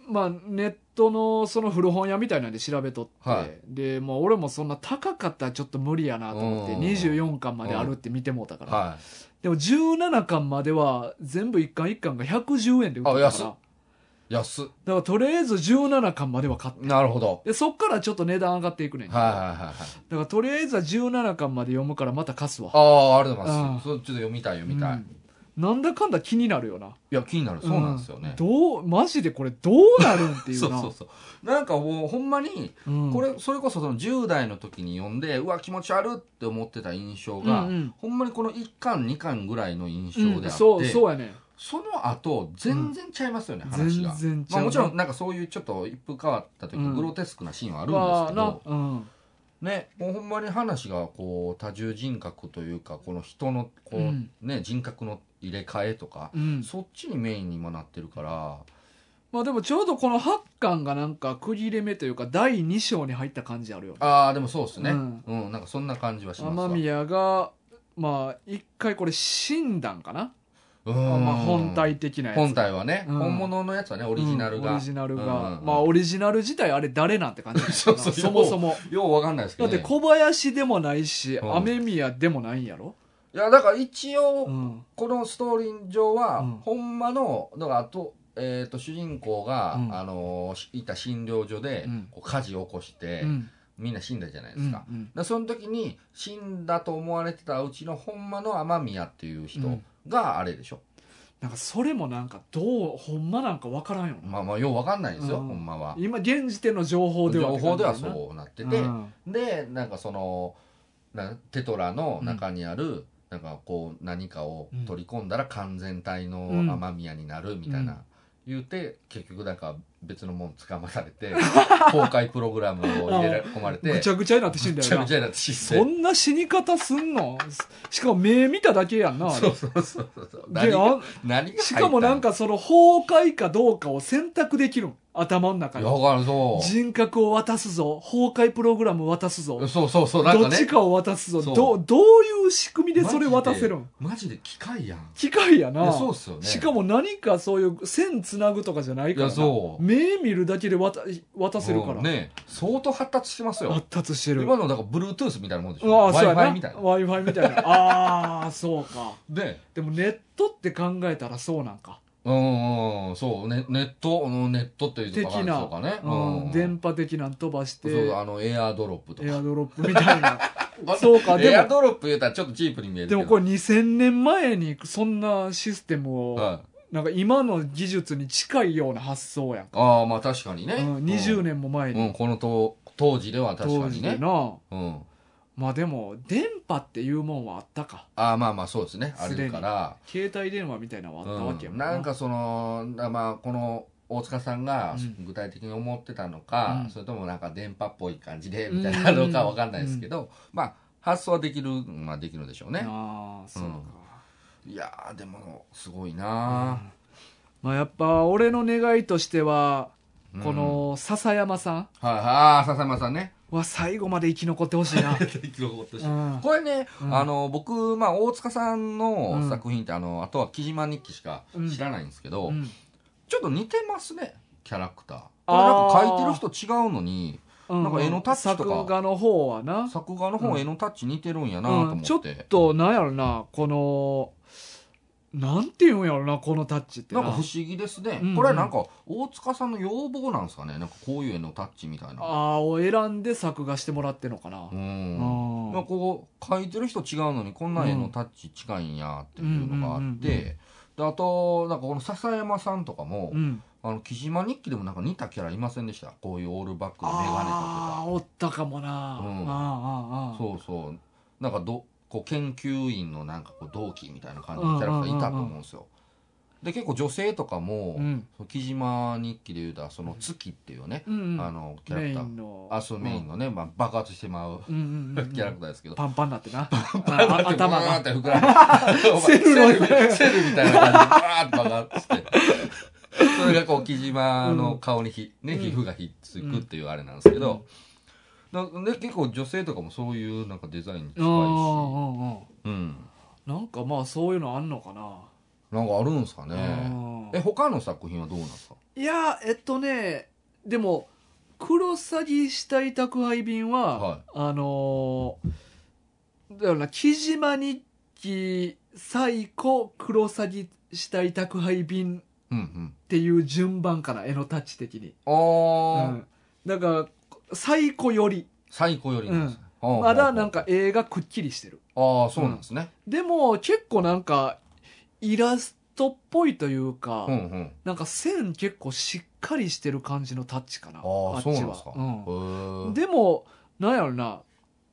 S1: まあネットのその古本屋みたいなんで調べとって、
S2: はい
S1: でもう俺もそんな高かったらちょっと無理やなと思って
S2: うん
S1: 24巻まであるって見てもうたか
S2: い
S1: ら、
S2: は
S1: でも17巻までは全部1巻1巻が110円で売ってたからだ
S2: あ安っ
S1: か
S2: い安っ
S1: らとりあえず17巻までは買って
S2: なるほど
S1: でそっからちょっと値段上がっていくねんけど、
S2: はいはいはいはい
S1: だからとりあえずは17巻まで読むからまた貸すわ
S2: ああありがとうございま
S1: あー
S2: すそうちょっと読みたい読みた
S1: う
S2: い、い
S1: んなんだかんだ気になるよな
S2: や気になるそうなんですよね、
S1: うんどうマジでこれどうなるんっていう
S2: <laughs> そ
S1: な
S2: うそうそうなんかもうほんまに
S1: うん
S2: これそれこそその10代の時に読んでうわ気持ち悪いって思ってた印象が、
S1: うんうん
S2: ほんまにこの1巻2巻ぐらいの印象であって、
S1: うん、そうそうやね
S2: その後全然ちゃいますよね、話
S1: 全
S2: が。
S1: 然
S2: まあ、もちろん
S1: ん
S2: なんかそういうちょっと一風変わったというか、
S1: うん
S2: グロテスクなシーンはあ
S1: あ
S2: るんですけ
S1: う
S2: ど、
S1: ん
S2: ね、もうほんまに話がこう多重人格というかこの人のこう、
S1: うん
S2: ね、人格の入れ替えとか、
S1: うん、
S2: そっちにメインに今なってるから
S1: まあでもちょうどこの8巻がなんか区切れ目というか第2章に入った感じあるよね
S2: ああでもそうですね、
S1: う
S2: うんんなんかそんな感じはしますわ
S1: 雨宮がまあ一回これ診断かな、
S2: うん
S1: まあ、本体的なやつ
S2: 本体はね、
S1: うん
S2: 本物のやつはねオリジナルが、
S1: うんオリジナルが、
S2: うんうん
S1: まあオリジナル自体あれ誰なんて感じだよな
S2: そうそう
S1: そもそも
S2: ようわかんないですけ
S1: だ
S2: ど、
S1: っ
S2: ね、
S1: て小林でもないし、
S2: うん
S1: 雨宮でもないんやろ、
S2: いやだから一応、
S1: うん
S2: このストーリー上は、
S1: うん
S2: ほんまのだからあと,、えー、と主人公が、
S1: うん
S2: あのーしいた診療所で、
S1: うん
S2: こう火事を起こして、
S1: うん
S2: みんな死んだじゃないで
S1: う
S2: す
S1: ん
S2: か,、でその時に死んだと思われてたうちのほんまの雨宮ってい
S1: う
S2: う人
S1: ん
S2: があれでしょ、
S1: なんかそれもなんかどうほんまなんかわからんよな、
S2: まあまあようわかんないですよ、
S1: うん
S2: ほんまは
S1: 今現時点の情報では
S2: 情報では
S1: って感
S2: そうなって
S1: じ
S2: て
S1: だ、よな
S2: でなんかそのなテトラの中にある、なんかこう何かを取り込んだら完全体の
S1: うん
S2: 雨宮になるみたいな、
S1: うん
S2: 言うて結局なんか別のもん捕まされ
S1: <laughs>
S2: て崩壊プログラムを入れ込ま
S1: う
S2: れ
S1: ん
S2: て
S1: ぐちゃぐちゃになって死んだ
S2: ぐちゃ
S1: よ
S2: ぐ
S1: な
S2: ちゃになって死ん
S1: そ
S2: で
S1: んな死に方すんのしかも目見ただけやんなあれ
S2: そうそうそうそう何
S1: で
S2: が
S1: あ
S2: 何が入った
S1: しかもなんかその崩壊かどうかを選択できるん頭の中
S2: い
S1: に
S2: やわかるそ
S1: 人格を渡すぞ崩壊プログラム渡すぞ
S2: うそうそうそうなん
S1: ど
S2: か
S1: っ
S2: ね
S1: ちかを渡すぞ
S2: そう
S1: どどういう仕組みでそれ渡せるん
S2: マジで機械やん
S1: 機械や
S2: いや
S1: な
S2: そうっすよね
S1: しかも何かそういう線つなぐとかじゃないから
S2: い
S1: な
S2: やそう
S1: 目見るだけで渡渡せるから、
S2: うんね相当発達してますよ
S1: 発達してる
S2: 今のだから Bluetooth みたいなもんでし
S1: うわ
S2: ょ
S1: あそうや
S2: w
S1: な
S2: i f i みたいな
S1: w i f i みたいな
S2: <laughs>
S1: ああそうか
S2: で
S1: でもネットって考えたらそうなんか、
S2: うんうんそうねネットうんネットっていうとかあるんでしょうかね
S1: うん、電波的なん飛ばし
S2: そ
S1: て
S2: うそうあのエアドロップと
S1: エア
S2: か
S1: ドロップみたい
S2: <laughs>
S1: なそうかで
S2: エア
S1: も
S2: ドロップ言うたらちょっとチープに見えるけ
S1: で
S2: ど
S1: もこれ2000年前にそんなシステムを、
S2: はい
S1: なんか今の技術に近いような発想やんか、
S2: ああまあ確かにね
S1: うん、20年も前
S2: う
S1: に、
S2: んこのと当時では確
S1: 当
S2: か
S1: 時
S2: に
S1: で
S2: ね
S1: な、
S2: うん
S1: まあでも電波っていうもんはあったか
S2: ああまあまあそうですねあるから
S1: 携帯電話みたいなのはあったわけや
S2: うんなんかそのなまあこの大塚さんが
S1: うん
S2: 具体的に思ってたのか、
S1: うん
S2: それともなんか電波っぽい感じでみたいなのかわかんないですけど、まあ発想はできるまあできるでしょうね
S1: ああそうか、
S2: うんいやーでもすごいな
S1: まあやっぱ俺の願いとしては、
S2: ー、うん
S1: この笹山さん
S2: はいああ笹山さ
S1: <laughs>
S2: んね
S1: は最後まで生き残ってほしい
S2: <laughs>
S1: な、うん
S2: これね、
S1: うん
S2: あの僕、まあ、大塚さん
S1: うん
S2: の作品って、あのあとは「木島日記」しか知らないんですけど、
S1: うん
S2: ちょっと似てますねキャラクターこれ
S1: あー
S2: なんか描いてる人違うのになんか絵のタッチとか
S1: 作画の方はなちょ
S2: 作画の
S1: う
S2: 方
S1: ん
S2: 絵のタッチ似てるんやなと思って、
S1: うんちょっとなんやろなこのなんて言うんやろなこのタッチって
S2: なんか不思議ですね、
S1: うんうん
S2: これはなんか大塚さんの要望なんですかねなんかこういう絵のタッチみたいな
S1: ああを選んで作画してもらってんのかな、
S2: う
S1: うんん
S2: まあ、こう描いてる人違うのにこんな絵のタッチ近いんやっていうのがあっ
S1: う
S2: て、
S1: んうんうんうん
S2: であとなんかこの笹山さんとかも、
S1: うん、
S2: あの木島日記でもなんか似たキャラいませんでしたこういうオールバックの眼鏡
S1: ああ
S2: か
S1: おったかもな、
S2: うん
S1: ああああ
S2: けたそうそうなんかどこう研究員のなんかこう同期みたいな感じのキャラクターいたと思うんですよ。で結構女性とかも、
S1: うん
S2: その木島日記でいうとその月っていうね、
S1: うんうん
S2: あのキャ
S1: メイ
S2: ラク
S1: ンの
S2: ターあそうメインのね、まあ、爆発してまう
S1: うんうんうんうん
S2: <laughs> キャラクターですけど
S1: パンパンなってなああ頭
S2: バー
S1: が
S2: って膨らんでお前
S1: セルの
S2: セルみたいな感じでバーって爆発してそれがこう木島の顔にひ、
S1: う
S2: ね、
S1: ん
S2: 皮膚がひっつくっていうあれなんですけど、なで結構女性とかもそういうなんかデザインに近いし、
S1: うんうんうん
S2: うん、
S1: なんかまあそういうのあんのかな
S2: なんかあるんですかね
S1: う
S2: え
S1: ん
S2: 他の作品はどうなんですか
S1: いやえっとねでもクロサギ死体宅配便は、
S2: はい
S1: あのーだよな木島日記最古クロサギ死体宅配便
S2: うんうん
S1: っていう順番かな絵のタッチ的に、
S2: あ
S1: う
S2: ー、
S1: ん、だから最古より
S2: 最高よりなんですね、あー
S1: まだなんか絵がくっきりしてる
S2: ああそうなんですね、
S1: でも結構なんかイラストっぽいというか、
S2: うんうん
S1: なんか線結構しっかりしてる感じのタッチかな
S2: ああ
S1: っ
S2: そ
S1: ち
S2: うなんで
S1: は
S2: すか、
S1: うん
S2: へえ
S1: でもなんやろな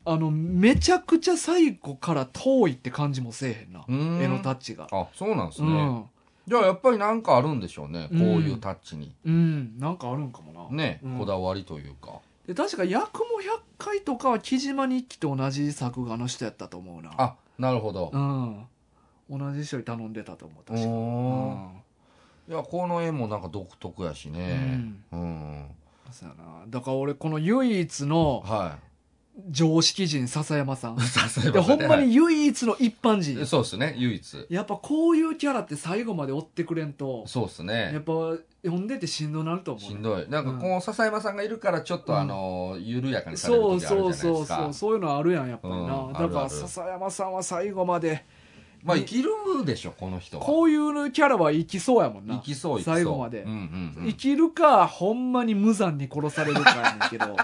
S1: あのめちゃくちゃ最後から遠いって感じもせえへんな
S2: うーん
S1: 絵のタッチが
S2: あそうなんです
S1: う
S2: ね、
S1: ん、
S2: じゃあやっぱりなんかあるんでしょうね、
S1: うん
S2: こういうタッチに
S1: うん、なんかあるんかもな、
S2: ね、
S1: うん
S2: こだわりというか
S1: で確か「薬も百回」とかは木島日記と同じ作画の人やったと思うな
S2: あなるほど、
S1: うん同じ人に頼んでたと思う
S2: う
S1: 確か
S2: ん、いやこの絵もなんか独特やし
S1: うん、
S2: ねうん、
S1: うん、そうやなだから俺この唯一の
S2: は
S1: 常識人笹山さん
S2: いさす
S1: で
S2: が
S1: ほんま
S2: ね
S1: に唯一の一般
S2: はい
S1: 人
S2: そうですね唯一
S1: やっぱこういうキャラって最後まで追ってくれんと
S2: そうです
S1: やっ
S2: ね
S1: ぱ読んでてしんどなると思う
S2: しんどいなんかこう笹山さんがいるからちょっとあの緩やかにされる
S1: そう
S2: 時あるじゃな
S1: そ
S2: いうですか
S1: そうそうそういうのあるやんやっぱりな、
S2: うん
S1: だか
S2: あるあ
S1: ら
S2: る
S1: 笹山さんは最後まで
S2: まあ生きるでしょこの人は
S1: こういうキャラは生きそうやもんな
S2: 生きそう生きそう
S1: 最後まで
S2: うんうんうん
S1: 生きるかほんまに無残に殺されるかやねんけ
S2: <laughs>
S1: ど、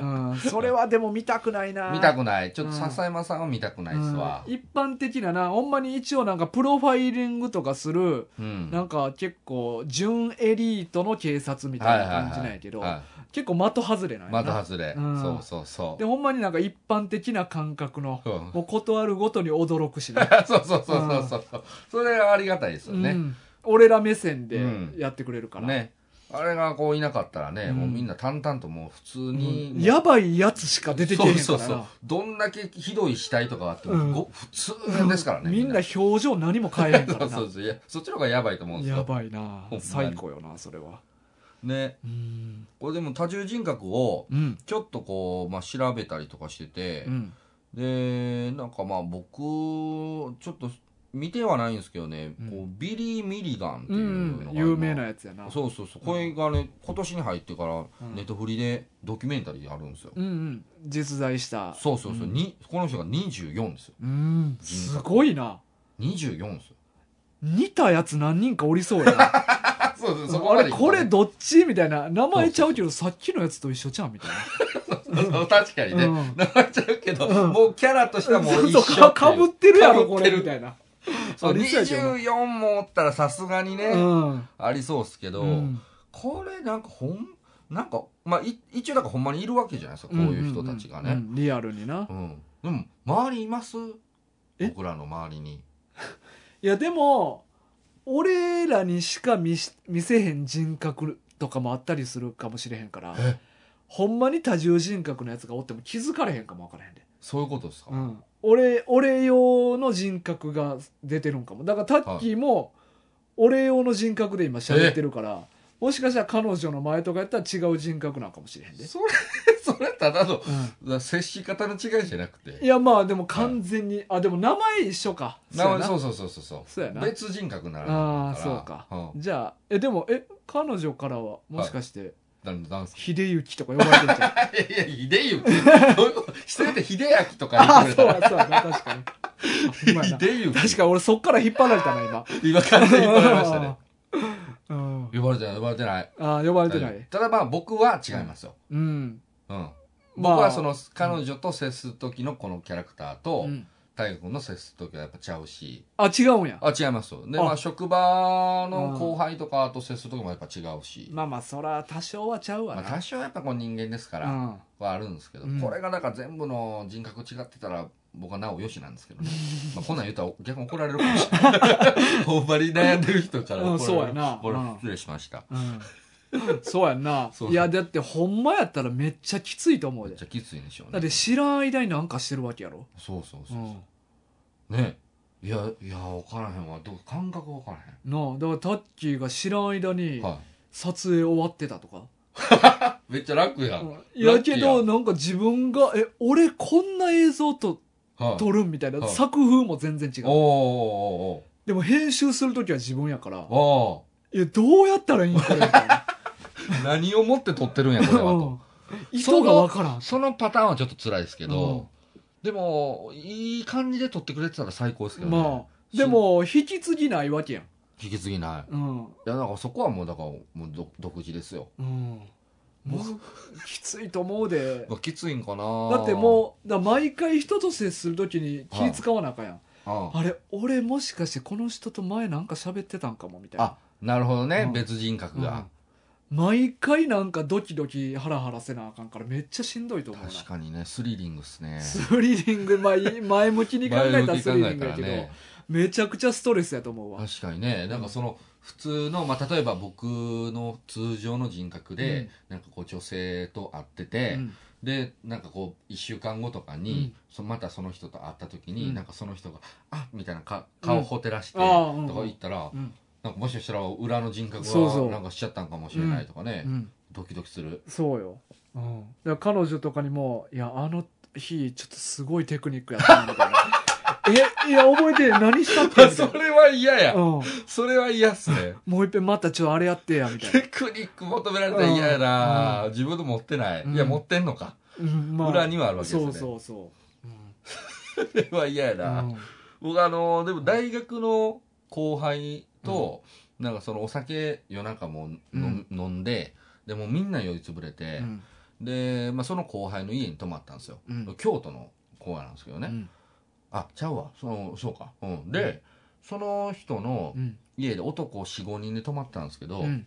S1: うん、それはでも見たくないな
S2: 見たくないちょっと笹山さんは見たくないっすわ
S1: うん一般的ななほんまに一応なんかプロファイリングとかする
S2: うん
S1: なんか結構準エリートの警察みたいな感じなんやけど、
S2: はいはいはい
S1: 結構的外れなんやな
S2: 的外れ、
S1: うん
S2: そうそうそう
S1: でほんまになんか一般的な感覚の
S2: うん
S1: も
S2: <laughs>
S1: う断るごとに驚くしな、
S2: そうそうそうそうそうそうそれはありがたいですよ
S1: う
S2: ね、
S1: ん俺ら目線で
S2: うん
S1: やってくれるから、
S2: ねあれがこういなかったらね、
S1: うん
S2: もうみんな淡々ともう普通
S1: うん
S2: に、
S1: や
S2: ば
S1: ばいやつしか出てけえへんからな
S2: そうそうそうどんだけひどい死体とかがあっても、
S1: うん
S2: ご普通ですからね
S1: みんな表情何も変えへんか
S2: <laughs> そ
S1: ら
S2: う
S1: な
S2: そうそういやそっちの方がやばいと思うんです
S1: や
S2: よ
S1: ばいな
S2: ほんまに
S1: 最高よなそれは
S2: ね
S1: うん
S2: これでも多重人格を
S1: うん
S2: ちょっとこう、まあ、調べたりとかしてて、
S1: うん
S2: でなんかまあ僕ちょっと見てはないんですけどね、
S1: うん
S2: こうビリー・ミリガンって
S1: う
S2: いうの
S1: ん
S2: が、
S1: 有名なやつやな
S2: そうそうそう
S1: うん
S2: これがね今年に入ってから
S1: うん
S2: ネットフリでドキュメンタリーあるんですよ、
S1: うんうん実在した
S2: そうそうそう、
S1: うん
S2: にこの人が24ですよ
S1: うんすごいな
S2: 24ですよ
S1: 似たやつ何人かおりそうやな
S2: あそう <laughs> そう
S1: <laughs> あれこれ
S2: ど
S1: どっちみたいな名前ちゃうけどさっきのやつと一緒じゃんみたいな
S2: <laughs> 確かにね、
S1: うん
S2: なっちゃうけど、
S1: うん
S2: もうキャラとしてはもう一緒
S1: そうかかぶってるやろこれ
S2: 被っ
S1: み
S2: てる
S1: たいな
S2: そう
S1: ありそうやけどな
S2: 24もおったらさすがにね、
S1: うん
S2: ありそうっすけど、
S1: うん
S2: これなんかほんなんかまあい一応なんかほんまにいるわけじゃないですかこういう人たちがね、
S1: うんうんうんリアルにな
S2: うん、でも周りいます
S1: え
S2: 僕らの周りに
S1: いやでも俺らにしか見し見せへん人格とかもあったりするかもしれへんから
S2: え
S1: ほんまに多重人格のやつがおっても気づかれへんかもわからへんで、
S2: そういうことですか、
S1: うん、俺俺用の人格が出てるんかもだからタッキーも俺用の人格で今喋ってるからもしかしたら彼女の前とかやったら違う人格なんかもしれへんで、
S2: それ <laughs> それただの
S1: うん
S2: だ接し方の違いじゃなくて
S1: いやまあでも完全に、あでも名前一緒か
S2: 名前
S1: そ
S2: そううそうそうそうそう
S1: そうやな
S2: 別人格にな
S1: や
S2: る
S1: なああそうか、
S2: うん
S1: じゃあえでもえ彼女からはもしかして、
S2: だんだ <laughs> んい
S1: 秀幸とか呼ばれてる
S2: <laughs>
S1: じゃん
S2: やいや秀幸どういうことせめて秀明とか
S1: あ <laughs> あ
S2: 言ってく
S1: そう
S2: れ
S1: や
S2: たら
S1: そうやな確かにほん
S2: <laughs>
S1: まやな
S2: デビュー
S1: 確か俺そっから引っ張られたな
S2: <laughs>
S1: 今
S2: 今完全に言われましたね
S1: <laughs> うん
S2: 呼ばれてない呼ばれてない
S1: ああ呼ばれてない
S2: ただまあ僕は違いますよ、
S1: うん
S2: うん
S1: まあ
S2: 僕はその彼女と接する時のこのキャラクターと
S1: うん
S2: 大河君の接する時はやっぱちゃうし
S1: あ違うんや
S2: あ違いますよで
S1: あ
S2: まあ職場の後輩とかと接する時もやっぱ違うし、
S1: まあまあそら多少はちゃうわ
S2: まあ、
S1: な
S2: 多少やっぱこう人間ですか
S1: う
S2: ら、
S1: ん
S2: はあるんですけど、
S1: うん
S2: これがなんか全部の人格違ってたら僕はなおよしなんですけどねまあこんなん言ったら逆に怒られるかもしれない
S1: <laughs>
S2: ほんまに悩んでる人から
S1: うん
S2: 怒られる
S1: そうやな
S2: これ
S1: うん
S2: 失礼しました
S1: うんそうやんな
S2: <laughs> そう
S1: いやだってほんまやったらめっちゃきついと思う
S2: めっ
S1: で
S2: ちゃきついんでしょう
S1: だっ
S2: ね
S1: て知らん間になんかしてるわけやろ
S2: そうそう
S1: う
S2: そう、
S1: ん
S2: ねいやいや分からへんわどう感覚分からへ
S1: なあだからタッキーが知らん間に
S2: ん、は
S1: 撮影終わってたとか、
S2: い、めっちゃ楽やん、
S1: うん
S2: はい
S1: や
S2: ラッキー
S1: け
S2: や
S1: どなんか自分がえ俺こんな映像と
S2: い、
S1: 撮るみたいな、
S2: はい
S1: 作風も全然違
S2: おー
S1: う
S2: お
S1: でも編集する時は自分やから
S2: ーおーお
S1: いやどうやったらいいんこれみたい
S2: <laughs>
S1: な
S2: ー何を持って撮ってるんやこれは
S1: う
S2: と
S1: ん意図がわからん
S2: そのパターンはちょっと辛いですけど、でもいい感じで撮ってくれてたら最高ですけどね、
S1: まあでも引き継ぎないわけやん
S2: 引き継ぎない
S1: うん、
S2: いやなんかそこはもうだからもうど独自ですよ
S1: うん、もうきついと思うで
S2: まあきついんかな
S1: だってもうだから毎回人と接する時に気使わなあかんやん、
S2: あ
S1: あれ俺もしかしてこの人と前なんか喋ってたんかもみたいな
S2: あなるほどね、
S1: うん
S2: 別人格が、
S1: 毎回なんかドキドキハラハラせなあかんからめっちゃしんどいと思うな
S2: 確かにねスリリングっすね
S1: スリリング前前向きに考えたらスリリングやけど、
S2: 前向きに考えたらね
S1: めちゃくちゃストレスやと思うわ
S2: 確かにねなんかその普通の、まあ、例えば僕の通常の人格で、なんかこう女性と会ってて、
S1: うん
S2: でなんかこう1週間後とかに、
S1: うん
S2: そまたその人と会った時に、
S1: うん
S2: なんかその人が「あみたいなか
S1: うん
S2: 顔ほてらして、
S1: あーうん
S2: とか言ったら、
S1: うん
S2: なんかもしかしたら裏の人格
S1: そうそう
S2: はなんかしちゃったんかもしれないとかね、
S1: うん
S2: ドキドキする
S1: そうよ、うん、だから彼女とかにも「いやあの日ちょっとすごいテクニックやったな」みたいな「えいや覚えて何したっけ?」みたい
S2: <laughs> それは嫌や、
S1: な、うん、
S2: それは嫌っすね
S1: もう一遍またちょっとあれやってやみたいな
S2: テクニック求められたら嫌やな、
S1: うん
S2: 自分で持ってない、
S1: うん
S2: いや持ってんのか、
S1: うんまあ
S2: 裏にはあるわけですね
S1: そうそうそう、うん
S2: そ <laughs> れは嫌やな、
S1: うん
S2: 僕あのでも大学の後輩と、なんかそのお酒夜中も飲,、
S1: うん
S2: 飲んででもうみんな酔いつぶれて、
S1: うん
S2: で、まあ、その後輩の家に泊まったんですよ、
S1: うん
S2: 京都の後輩なんですけどね、
S1: うん
S2: あちゃうわそのそうかうんで、その人の
S1: うん
S2: 家で男45人で泊まったんですけど、
S1: うん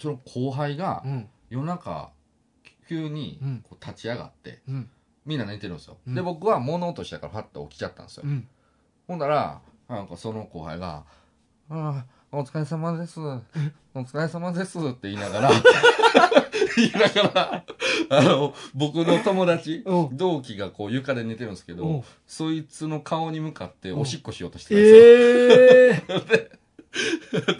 S2: その後輩が
S1: うん
S2: 夜中急に
S1: うん
S2: こう立ち上がって
S1: うん
S2: みんな寝てるんですよ、
S1: うん
S2: で僕は物音したからパッと起きちゃったんですよ、
S1: うん
S2: ほんなら、なんかその後輩が、ああ、お疲れ様です。お疲れ様ですって言いな
S1: <laughs>
S2: がら、言いながら、あの、僕の友達、
S1: うん
S2: 同期がこう床で寝てるんですけ
S1: うん
S2: ど、そいつの顔に向かっておしっこしようとしてたんですよ。
S1: ええ
S2: <laughs>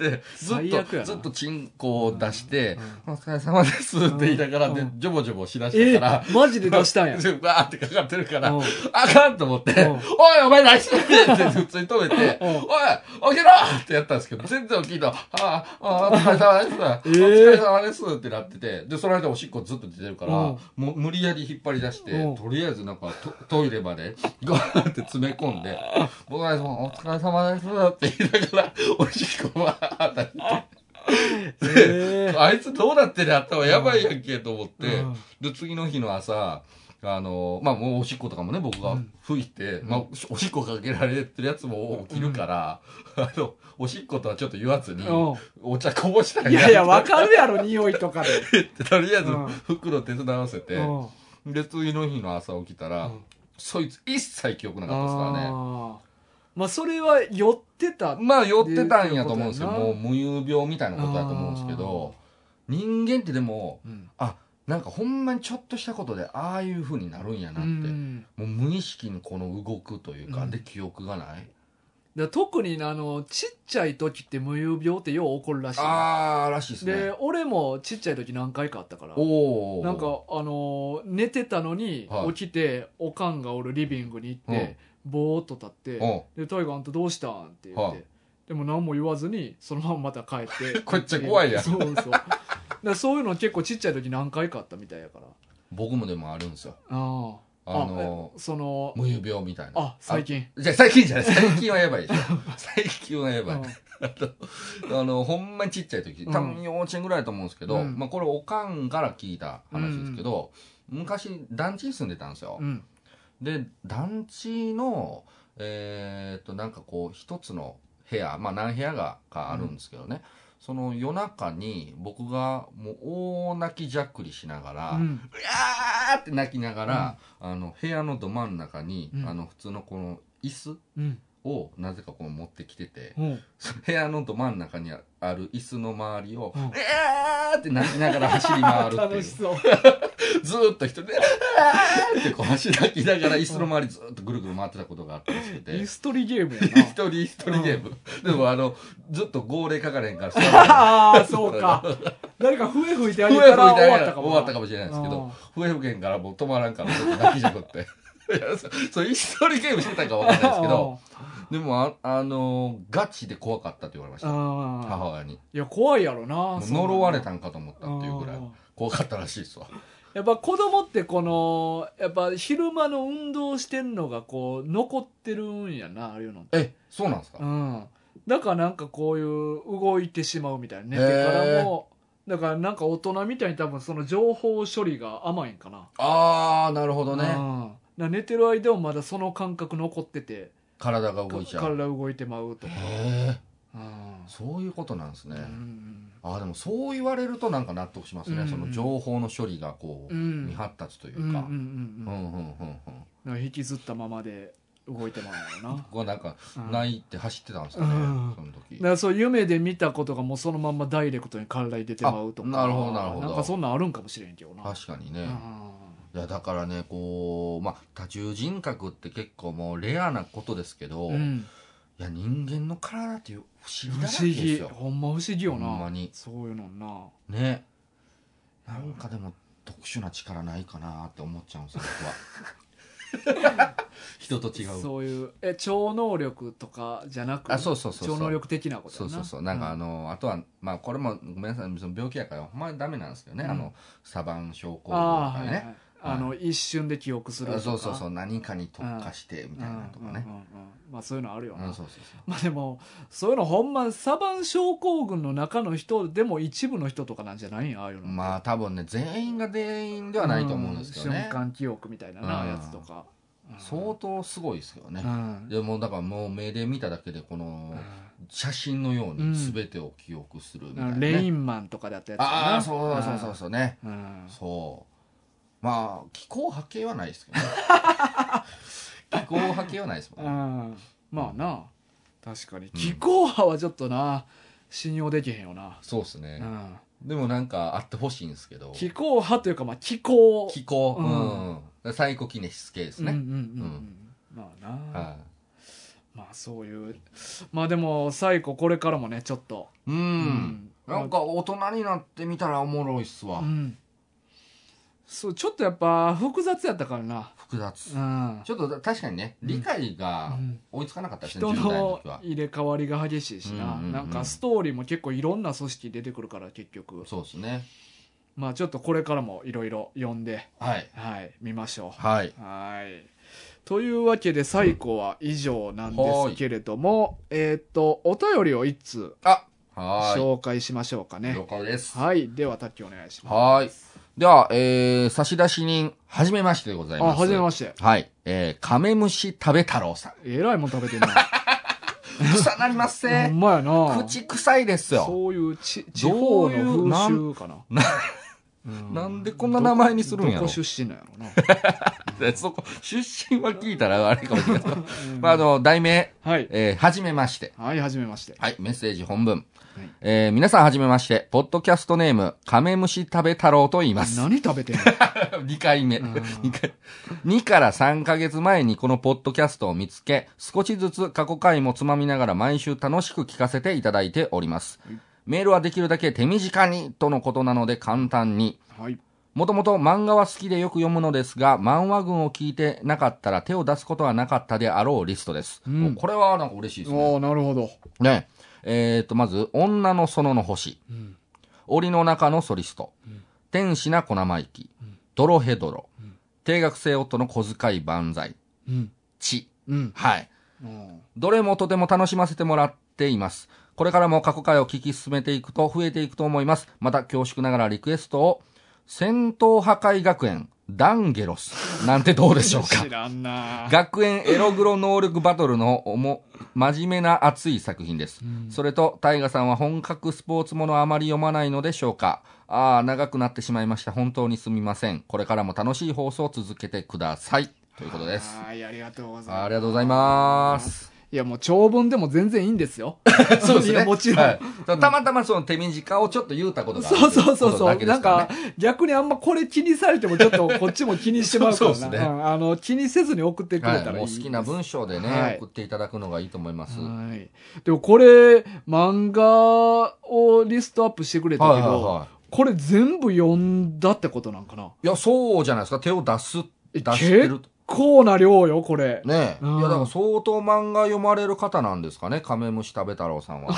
S2: で、ず
S1: 最悪
S2: っ
S1: や
S2: と、
S1: な
S2: ずっとチンコを出して、
S1: う
S2: お疲れ様ですって言いながら、で
S1: う、ん
S2: ジョボジョボしだし
S1: え
S2: た
S1: え
S2: から、
S1: マジで出したんや
S2: 全 <laughs> 部バーってかかってるから、
S1: うん
S2: あかんと思って、
S1: うん
S2: おい、お前何してんねんって普通に止めて、
S1: うん
S2: おい、起きろってやったんですけど、全然起きんの、ああ、ああ、お疲れ様で
S1: <laughs>
S2: す、お疲れ様ですってなってて、で、その間おしっこずっと出てるから、
S1: うん
S2: もう無理やり引っ張り出して、
S1: うん
S2: とりあえずなんかトトイレまで、ガーって詰め込んで、僕はお疲れ様ですって言いながら、おしっこは、 <laughs>
S1: え
S2: あいつどうなってるやったわ、やばいやんけと思って、
S1: うん
S2: で、次の日の朝、あの、まあ、もうおしっことかもね、僕が吹いて、まあ、おしっこかけられてるやつも起きるから、あの、おしっことはちょっと言わずに
S1: え、う
S2: お茶こぼした
S1: んいやいやわ
S2: わ
S1: かるやろ匂いとかで
S2: って、とりあえず
S1: うん
S2: 袋手伝わせて、
S1: うん
S2: で、次の日の朝起きたら、
S1: うん
S2: そいつ一切記憶なかったですからね。
S1: あーまあそれは寄ってた
S2: まあ、酔ってたんやと思うんですけど、
S1: で
S2: もう無遊病みたいなことだと思うんですけど、人間ってでも、
S1: うん
S2: あ、なんかほんまにちょっとしたことで、ああいう風になるんやなって。
S1: うん
S2: もう無意識にこの動くというか、
S1: うん
S2: で記憶がない
S1: だから特にあのちっちゃい時って無遊病ってよう起こるらしいな
S2: あーらしいですね
S1: で俺もちっちゃい時何回かあったから
S2: おお
S1: なんかあのー寝てたのに
S2: はい
S1: 起きておかんがおるリビングに行ってぼーっと立って
S2: う
S1: 「で大我あんたどうしたん?」って言っ
S2: はい
S1: てでも何も言わずにそのまままた帰って
S2: <laughs> こっちは怖いやん
S1: そうそうだからそういうの結構ちっちゃい時何回かあったみたいやから
S2: ん僕もでもあるんですよ
S1: ああ
S2: あの
S1: えその
S2: 無遊病みたいな
S1: あ最近
S2: じゃあ最
S1: <laughs>
S2: 近じゃない最近はやばいでしょ最近はやばい、
S1: うん
S2: あのほんまにちっちゃい時
S1: うん
S2: 多分幼稚園ぐらいだと思うんですけど、
S1: うん
S2: まあ、これおかんから聞いた話ですけど、昔団地に住んでたんですよ、
S1: うん
S2: で団地のえーっとなんかこう一つの部屋まあ何部屋がかあるんですけどね、その夜中に僕がもう大泣きじゃっくりしながら、
S1: う
S2: うわ
S1: ん
S2: ーって泣きながら、あの部屋のど真ん中に、
S1: うん
S2: あの普通のこの椅子
S1: うん
S2: をなぜかこう持ってきてて、 <laughs>
S1: ほう
S2: その部屋のど真ん中にあある椅子の周りを、
S1: うん
S2: えーって泣きながら走り回るってい
S1: <laughs> 楽
S2: う
S1: し。そう
S2: ずーっと一人で、あーってこう走り泣きながら椅子の周りずーっとぐるぐる回ってたことがあったらしく
S1: イ
S2: て
S1: ー。ストリゲームや
S2: 一人一人ゲーム。でもあの、ずっと号令かかれへんから、笛
S1: <laughs> なああそうか <laughs> 誰か笛吹いてあげ
S2: 吹い
S1: た
S2: て
S1: ら終
S2: 終
S1: わったかもな
S2: わったかもしれないですけど、笛吹けんからもう止まらんから、ちょっと泣きじゃくって。いやそそう、一人ゲームしてたかわかんないですけど、でもあ、あのーガチで怖かったって言われまし
S1: う
S2: た。
S1: んうん
S2: 母親に。
S1: いや怖いやろな
S2: もう呪われた
S1: ん
S2: んかと思ったっていうぐらい、怖かったらしいですわ。
S1: やっぱ子供ってこのやっぱ昼間の運動してんのがこう残ってるんやなああいうのって
S2: え、そうなんですか
S1: うんだからなんかこういう動いてしまうみたいな寝てからもだからなんか大人みたいに多分その情報処理が甘いんかな
S2: あー、なるほど
S1: うんだ
S2: ね。
S1: から寝てる間もまだその感覚残ってて
S2: 体が動いちゃう。
S1: 体動いてまうとか
S2: へえ
S1: うん
S2: そういうことなんですね、
S1: うん
S2: あでもそう言われるとなんか納得しますね、
S1: うん
S2: その情報の処理がこう、
S1: うん
S2: 未発達という
S1: うんうんうん
S2: か、
S1: うん
S2: うんうんうんうん
S1: なんか引きずったままで動いてまうんだよな
S2: 僕はなんか
S1: うん
S2: 泣いて走ってたんですかね、
S1: うん
S2: その時
S1: だからそう夢で見たことがもうそのまんまダイレクトに体に出てまうとか
S2: あなるほどなるほど
S1: んかそんなんあるんかもしれんけどな
S2: 確かにね、
S1: う
S2: いやだからねこうまあ多重人格って結構もうレアなことですけど、
S1: ん
S2: い
S1: うん
S2: や人間の体っていう不思議
S1: 不
S2: だらけ
S1: 思
S2: で
S1: 議
S2: すよ
S1: ほんま不思議よな
S2: ほんまに
S1: そういうのな
S2: ねなんかでも特殊な力ないかなって思っちゃうんですよ僕は
S1: <laughs>
S2: 人と違う
S1: そういうえ超能力とかじゃなく
S2: あそうそうそうそう
S1: 超能力的なこと
S2: そ
S1: や
S2: うそうそうなんかあの、あとはまあこれもごめんなさいその病気やからほんまにダメなんですけどね、
S1: うん
S2: あのサバン症候群と
S1: あ
S2: か
S1: ー、はいはい
S2: ね
S1: あの一瞬で記憶すると
S2: あ
S1: か
S2: そうそうそうう何かに特化してみたいなとかね
S1: んうんうんうんまあそういうのあるよ
S2: うん
S1: な、
S2: そうそうそう
S1: まあでもそういうのほんまサバン症候群の中の人でも一部の人とかなんじゃないんああいうの
S2: まあ多分ね全員が全員ではないと思うんですけど
S1: 瞬
S2: ね、
S1: 間記憶みたいなな、
S2: うん
S1: やつとか、うん
S2: 相当すごいですけどね
S1: う、ん、
S2: でもだからもう目で見ただけでこの写真のように全てを記憶するみたいな、ね
S1: レインマンとかでやったやつ
S2: ああそうそうそうそうね、
S1: う、うん、
S2: そうまあ気候波形はないですけどね <laughs> 気候波形はないですもんね
S1: うんまあな確かに気候派はちょっとな信用できへんよな、
S2: そうです
S1: う
S2: ね、
S1: ん、
S2: でもなんかあってほしいんですけど
S1: 気候派というかまあ気候
S2: 気候
S1: う
S2: うんん、最高記念室系です
S1: うんうん
S2: ね、
S1: うんう
S2: うん
S1: まあな、
S2: はい
S1: まあそういうまあでも最後これからもねちょっと
S2: うん、
S1: ん
S2: なんか大人になってみたらおもろいっすわ、
S1: うんそうちょっとやっぱ複雑やったからな
S2: 複雑、
S1: うん
S2: ちょっと確かにね理解が
S1: うん
S2: 追いつかなかったですね、
S1: 人
S2: 10代の
S1: の
S2: 時は
S1: 入れ替わりが激しいしな、
S2: うんうんうん
S1: なんかストーリーも結構いろんな組織出てくるから結局
S2: そうですね
S1: まあちょっとこれからもいろいろ読んで
S2: はい
S1: はい見ましょう
S2: はい
S1: はい。というわけで、最後は以上なんですけれども、えーっ、と、お便りを一通
S2: あは
S1: 紹介しましょうか
S2: ーい
S1: ね
S2: 了。解です
S1: はい。では、タッキーお願いします。
S2: はーい。では、えー、差出人、はじめましてでございま
S1: あ、
S2: す。
S1: はじめま
S2: し
S1: して。
S2: て。はい。えー、カメムシ食べ太
S1: <laughs>
S2: 郎さん。
S1: えらいもん食べてんな。
S2: 臭なります
S1: ほ
S2: せ
S1: ん。まやな。
S2: 口臭いですよ。
S1: そういうち地方の風習かな。
S2: な
S1: うん
S2: なんでこんな名前にするんやろ
S1: どこ出身なんや
S2: <laughs>
S1: ろな。
S2: そこ、出身は聞いたらあれかもしれないですけど。
S1: うん
S2: まあ、あの、題名、
S1: はい。
S2: えー、はじめまして。
S1: はい、はじめまして。
S2: はい、メッセージ本文。
S1: い
S2: えー、皆さんはじめまして、ポッドキャストネーム、カメムシ食べ太郎と言います。
S1: 何食べてんの
S2: <laughs> 2回目。
S1: ん
S2: 2回。2から3ヶ月前にこのポッドキャストを見つけ、少しずつ過去回もつまみながら毎週楽しく聞かせていただいております
S1: はい。
S2: メールはできるだけ手短にとのことなので簡単に。
S1: はい。
S2: もともと漫画は好きでよく読むのですが、漫画群を聞いてなかったら手を出すことはなかったであろうリストです。
S1: うん
S2: おこれはなんか嬉しいですね。
S1: おーなるほど。
S2: ねえー、と、まず、女の園の星。
S1: うん
S2: 檻の中のソリスト、
S1: ん
S2: 天使な小生意気、ドロヘドロ、定額制夫の小遣い万歳、
S1: うん。
S2: 地。
S1: うん。
S2: はい。
S1: うん
S2: どれもとても楽しませてもらっています。これからも過去回を聞き進めていくと増えていくと思います。また恐縮ながらリクエストを、戦闘破壊学園、ダンゲロス、なんてどうでしょうか
S1: 知。らんなぁ
S2: 学園エログロ能力バトルのおも真面目な熱い作品です。それと、タイガさんは本格スポーツものあまり読まないのでしょうか。ああ、長くなってしまいました。本当にすみません。これからも楽しい放送を続けてください。ということです。
S1: はい、ありがとうございます。
S2: ありがとうございます。
S1: いや、もう長文でも全然いいんですよ。
S2: <laughs> そうです
S1: いや
S2: ね。
S1: もちろん。
S2: はいたまたまその手短をちょっと言うたことがある
S1: そうそうそうそう、
S2: っていこ
S1: な
S2: と
S1: ん
S2: だ
S1: か
S2: けですらね
S1: 逆にあんまこれ気にされてもちょっとこっちも気にしてまうからな
S2: そうそうですね
S1: んあの気にせずに送ってくれた
S2: はい
S1: らい
S2: も
S1: いう
S2: 好きな文章でね、
S1: はい
S2: 送っていただくのがいいと思います。
S1: はい、でもこれ漫画をリストアップしてくれたけど、
S2: はいはいは
S1: これ全部読んだってことなんかない
S2: や、そうじゃないですか。手を出す、
S1: え
S2: 出してる。
S1: こうな量よこ
S2: <laughs>
S1: れ
S2: ねえ。い
S1: うん
S2: や、だから相当漫画読まれる方なんですかね。カメムシ食べ太郎さんは。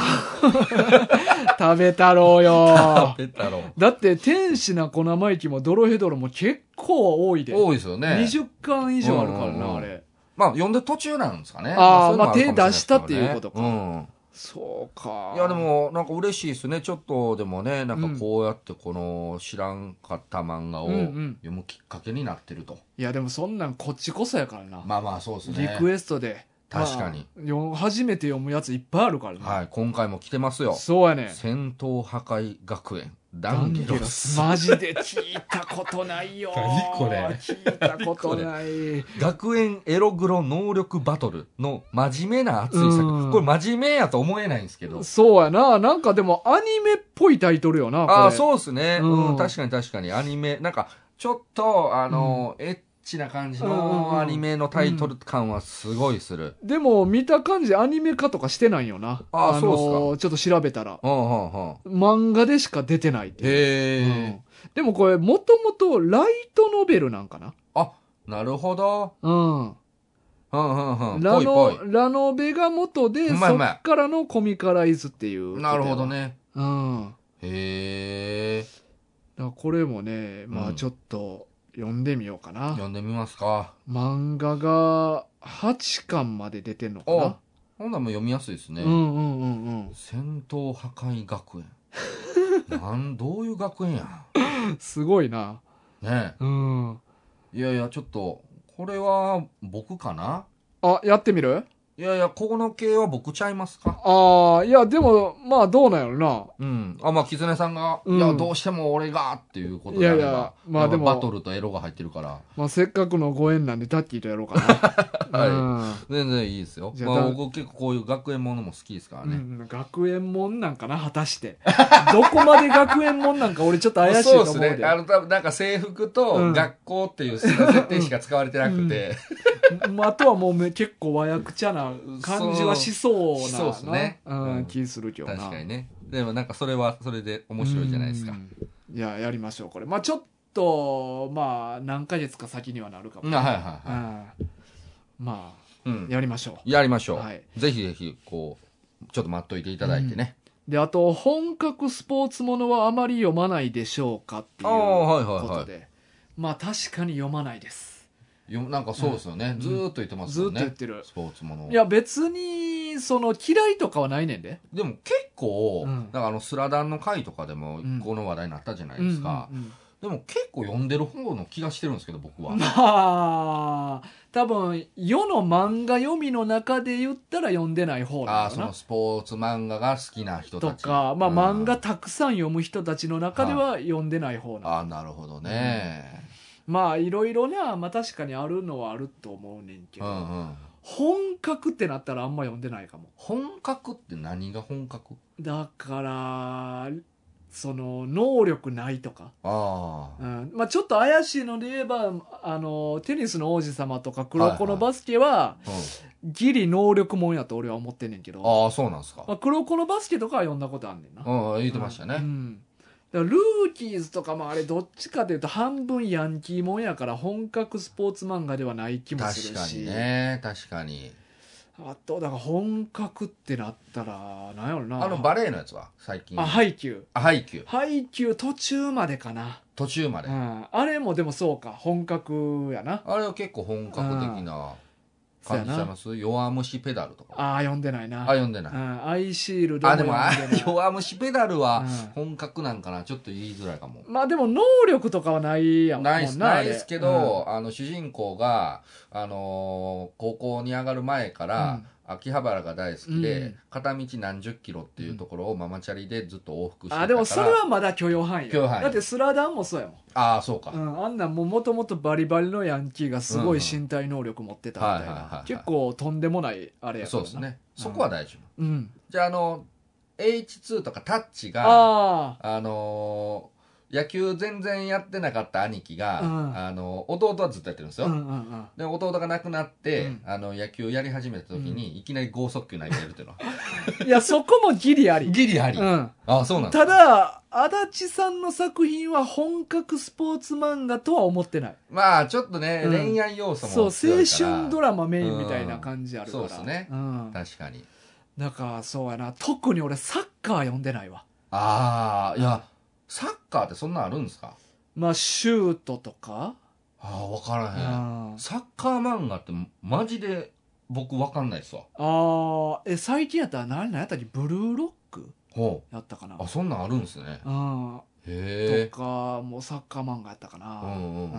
S1: 食べ太郎よ
S2: べ太郎。
S1: だって天使な小生意気もドロヘドロも結構多いで、
S2: 多いですよね。
S1: 20巻以上あるからな、
S2: うんうんうん
S1: あれ
S2: まあ、読んで途中なんですかね。
S1: あー
S2: そういうのる
S1: まあ手出した
S2: も
S1: っ
S2: してれ
S1: いう
S2: なで
S1: こ
S2: すけ
S1: と
S2: ど
S1: か
S2: ねうん。
S1: そうか
S2: いやでもなんか嬉しいですねちょっとでもねなんかこうやってこの知らんかった漫画を
S1: うんうん
S2: 読むきっかけになってると、
S1: いやでもそんなんこっちこそやからな、
S2: まあまあそうです
S1: リ
S2: ね
S1: クエストで
S2: 確かに、
S1: まあよ初めて読むやついっぱいあるからね、
S2: はい今回も来てますよ
S1: そうやね
S2: 戦闘破壊学園ダンゲロス
S1: マジで聞いたことないよ
S2: 何これ
S1: 聞いたことない
S2: 学園エログロ能力バトルの真面目な熱い
S1: う
S2: 作
S1: ん
S2: これ真面目やと思えないんですけど
S1: そうやななんかでもアニメっぽいタイトルよなこれ
S2: ああそうですね、うん
S1: うん
S2: 確かに確かにアニメなんかちょっとあの、エッチな感じ
S1: うんうんうん
S2: のアニメのタイトル感はすごいする、
S1: でも見た感じアニメ化とかしてないよな
S2: あー
S1: の
S2: そう
S1: ちょっと調べたら
S2: うんうんうん
S1: 漫画でしか出てないっていう
S2: へえ、
S1: うんでもこれもともとライトノベルなんかな
S2: あなるほど
S1: うん
S2: うんうんうん
S1: ラ
S2: ぽいぽ
S1: ノラノベが元で、
S2: う
S1: そ
S2: まいうまい
S1: っからのコミカライズっていう。
S2: いなるほど。ね
S1: うん。
S2: へえ
S1: だからこれもね、ま
S2: う
S1: あ
S2: ん
S1: ちょっと読んでみようかな。
S2: 読んでみますか
S1: 漫画が8巻まで出てんのか
S2: お
S1: な。
S2: ほんならもう読みやすいですね、
S1: うんうんうん
S2: 戦闘破壊学
S1: <laughs>
S2: 園なんどういう学園や
S1: うん。すごいな。
S2: ね
S1: うん。
S2: えいやいやちょっとこれは僕かな
S1: あ、やってみる
S2: いやいやこの系は僕ちゃいますか
S1: ああ、いや、でも、まあどうなんやろな。
S2: うんあまあ狐さんが、
S1: うん
S2: いやどうしても俺がっていうことであれば
S1: いやいやまあ
S2: やっ
S1: で
S2: ぱ
S1: も
S2: バトルとエロが入ってるから
S1: まあせっかくのご縁なんでタッキーとやろうかな。
S2: <laughs> はい
S1: うん
S2: 全然いいですよ。
S1: じゃあ
S2: まあ、
S1: だ
S2: 僕結構こういう学園ものも好きですから
S1: う
S2: ね。
S1: ん、学園もんなんかな果たしてどこまで学園もんなんか俺ちょっと怪しいと
S2: <laughs> そう
S1: 思
S2: で
S1: う
S2: す
S1: で
S2: ね。あの、多分なんか制服
S1: う
S2: と
S1: ん
S2: 学校っていう設定しか使われてなくて。
S1: まあ、あとはもうめ結構和訳ちゃな感じはしそうな
S2: そうっすね
S1: な
S2: う
S1: うんん、気するけどな
S2: <laughs> 確かにね。でもなんかそれはそれで面白いじゃないですか
S1: う。んいややりましょうこれまあちょっとまあ何ヶ月か先にはなるかも、
S2: うんあはいはいは
S1: うんまあ
S2: い。うん。
S1: やりましょう
S2: やりましょ。
S1: はいう
S2: ぜひぜひ、こう、ちょっと待っといていただいてね。
S1: であと本格スポーツものはあまり読まないでしょうかっていう
S2: あ
S1: こ
S2: あ、
S1: と
S2: はい
S1: で、
S2: はいは
S1: まあ確かに読まないです
S2: い。よなんかそうですよね。
S1: ん
S2: ずーっと言ってます
S1: ずっ
S2: よ
S1: と言っ
S2: ね。
S1: てる
S2: スポーツものを
S1: い。や別にその嫌いとかはないねんで
S2: でも結構、
S1: う
S2: なん
S1: ん
S2: かあの、スラダンの回とかでも
S1: うん、
S2: この話題になったじゃないですか。
S1: うんうんうん
S2: でも結構読んでる方の気がしてるんですけど、僕は。
S1: まあ多分世の漫画読みの中で言ったら読んでない方
S2: ああ
S1: なの
S2: ーそ
S1: か
S2: の
S1: な
S2: スポーツ漫画が好きな人
S1: と
S2: たち
S1: か、まあ、
S2: うん
S1: 漫画たくさん読む人たちの中では読んでない方なの
S2: ああなるほどね、
S1: まあいろいろな、まあ、確かにあるのはあると思うねんけ
S2: う
S1: ど、
S2: んうん、
S1: 本格ってなったらあんま読んでないかも
S2: 本格って何が本格
S1: だからその能力ないとか、
S2: あ
S1: う
S2: あ
S1: んまあ、ちょっと怪しいので言えばあのテニスの王子様とか黒子のバスケは
S2: うん、
S1: ギリ能力もんやと俺は思ってんねんけど、
S2: ああそうなんですか
S1: まあ、黒子のバスケとかは読んだことあんねんな、
S2: うん言ってましたね、
S1: うんだからルーキーズとかもあれどっちかというと半分ヤンキーもんやから本格スポーツ漫画ではない気もす
S2: 確
S1: る
S2: か
S1: し
S2: にね確かに
S1: あとだから本格ってなったらなんやろな
S2: あのバレエのやつは最近
S1: あハイキュー
S2: あハイキュー
S1: ハイキュー途中までかな
S2: 途中ま
S1: う
S2: で、
S1: んあれもでもそうか本格やな
S2: あれは結構本格的な
S1: そう
S2: 感
S1: や
S2: じちゃい
S1: な
S2: ます弱虫ペダルとか
S1: ああ読んでない
S2: あ
S1: な
S2: 読んで
S1: う
S2: ない、
S1: んアイシールド
S2: あでも
S1: 読ん
S2: あ
S1: でな
S2: <laughs>
S1: い
S2: 弱虫ペダルは
S1: うん
S2: 本格なんかなちょっと言いづらいかも
S1: まあでも能力とかはないやもん
S2: ないっす
S1: もうあ
S2: ない
S1: れ
S2: ですけど、あの主人公が、あのー高校に上がる前から、秋葉原が大好きで、
S1: うん
S2: 片道何十キロっていうところをママチャリでずっと往
S1: う
S2: 復して
S1: ん
S2: たから
S1: あでもそれはまだ許容範囲
S2: 許容
S1: よ
S2: 範囲
S1: だってスラダンもそうやもん
S2: ああそうか、
S1: うん、あんなんももともとバリバリのヤンキーがすごい身体能力持ってたみたい
S2: うんうんはいはいはいは
S1: ない結構とんでもないあれやから
S2: そう
S1: な
S2: ですねそこは大丈夫、
S1: うん
S2: じゃああの H2 とかタッチがあ
S1: あ
S2: のー野球全然やってなかった兄貴が、
S1: うん
S2: あの弟はずっとやってるんです
S1: あ
S2: よ、
S1: うんうんうん
S2: で弟が亡くなって、
S1: うん
S2: あの野球やり始めた時に、いきなり剛速球投げるっていうのは <laughs>
S1: いやそこもギリあり
S2: ギリあり、
S1: うん
S2: ああそうなんで
S1: た
S2: す
S1: だ足立さんの作品は本格スポーツ漫画とは思ってない
S2: まあちょっとね、
S1: うん
S2: 恋愛要素
S1: そう
S2: も強いから
S1: 青春ドラマメインみたいな感じあるから、
S2: うんそうっすね
S1: ん
S2: 確かに
S1: だからそうやな特に俺サッカー読んでないわ
S2: ああいやサッカーってそんなんあるんですか
S1: まあシュートとか、
S2: ああ分から
S1: う
S2: へん
S1: ん、あ
S2: サッカー漫画ってマジで僕分かんないっすわ
S1: ーえ最近やったら何何やったっけブルーロック
S2: ほ
S1: やったかな
S2: うあそんなんあるんですね
S1: うん
S2: へえ
S1: とかもサッカー漫画やったかな、
S2: うんうん
S1: あ
S2: うん
S1: ー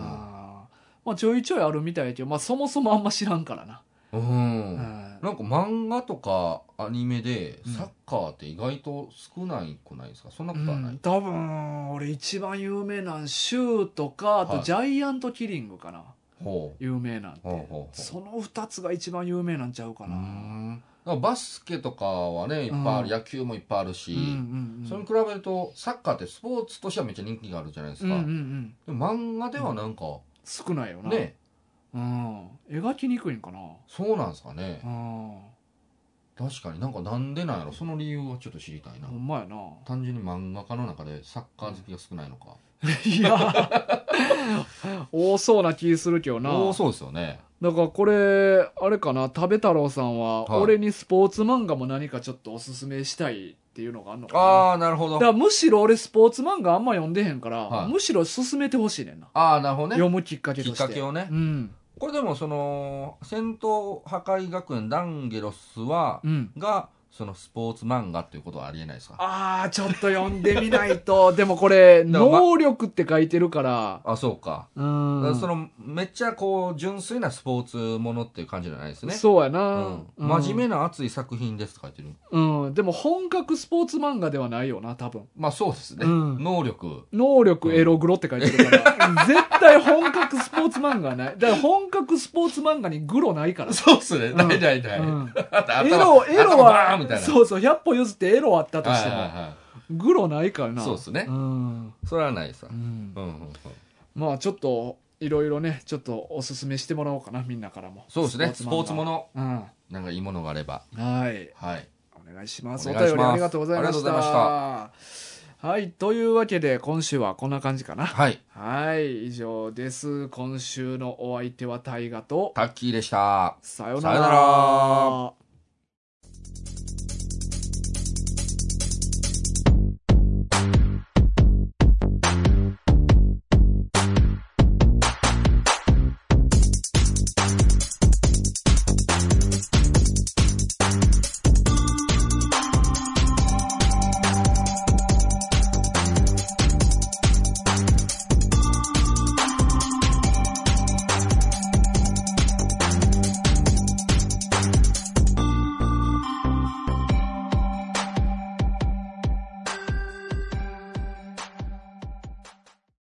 S1: まあちょいちょいあるみたいやけど、まあ、そもそもあんま知らんからな、
S2: うん、
S1: うん
S2: なんか漫画とかアニメで
S1: うん
S2: サッカーって意外と少ないくないですかそんなことはない、
S1: うん多分俺一番有名なんシューとかあ
S2: は
S1: と
S2: い
S1: ジャイアントキリングかな、
S2: ほ
S1: 有名なんて
S2: うほうほうほう
S1: その2つが一番有名なんちゃうか
S2: う
S1: な、
S2: んだからバスケとかはねいっぱいある、
S1: うん
S2: 野球もいっぱいあるし、
S1: うんうんうん
S2: それに比べるとサッカーってスポーツとしてはめっちゃ人気があるじゃないですか、
S1: うんうんうん
S2: でも漫画ではなんか、
S1: 少ないよな、
S2: ね
S1: うん、描きにくいんかな、
S2: そうなんですかね
S1: う、ん、
S2: 確かになんかなんでなんやろその理由はちょっと知りたいな、
S1: ほんまやな
S2: 単純に漫画家の中でサッカー好きが少ないのか、
S1: いや多そうな気するけどな
S2: おおそうですよね
S1: だからこれあれかな食べ太郎さんは、
S2: はい
S1: 俺にスポーツ漫画も何かちょっとおすすめしたいっていうのがあるのかな
S2: ああなるほど
S1: だからむしろ俺スポーツ漫画あんま読んでへんから、
S2: はい
S1: むしろ進めてほしいねんな、
S2: ああなるほどね
S1: 読むきっかけ
S2: き
S1: と
S2: っ
S1: して
S2: かけをね、
S1: うん
S2: これでもその戦闘破壊学園ダンゲロスは、
S1: うん
S2: がそのスポーツ漫画っていうことはありえないですか
S1: ああちょっと読んでみないと <laughs> でもこれ
S2: だからま
S1: 能力って書いてるから
S2: あそうか、
S1: うん
S2: だからそのめっちゃこう純粋なスポーツものっていう感じじゃないですね
S1: そうや
S2: う
S1: な、
S2: ん真面目な熱い作品ですとか言ってる
S1: 目うんでも本格スポーツ漫画ではないよな多分
S2: まあそうですね、
S1: うん
S2: 能力 <laughs>
S1: 能力エログロって書いてるから、絶対本格スポーツ漫画はない。だから本格スポーツ漫画にグロないから。
S2: そうですね
S1: うん
S2: ないな
S1: うん
S2: あと頭
S1: エロ、エロ
S2: 頭バー
S1: は
S2: ンみたい、な
S1: そうそう、100歩譲ってエロあったと
S2: は
S1: し
S2: い
S1: て
S2: はい
S1: も、
S2: は
S1: グロないからな。
S2: そうっすね
S1: うん
S2: いそれはないさ、
S1: う
S2: うん
S1: ん
S2: うんうん、
S1: まあちょっと、いろいろね、ちょっとおすすめしてもらおうかな、みんなからも。
S2: そうですねスポーツも
S1: の。う
S2: の
S1: ん。
S2: なんかいいものがあれば
S1: はい。
S2: はい
S1: お願いします。お
S2: お
S1: 便
S2: 願いします
S1: りありがとうございま
S2: あり
S1: し
S2: がとうござ
S1: た。はい。というわけで、今週はこんな感じかな。
S2: はい
S1: はい、以上です。今週のお相手は大河と、
S2: タッキーでした
S1: さような
S2: さような
S1: ら。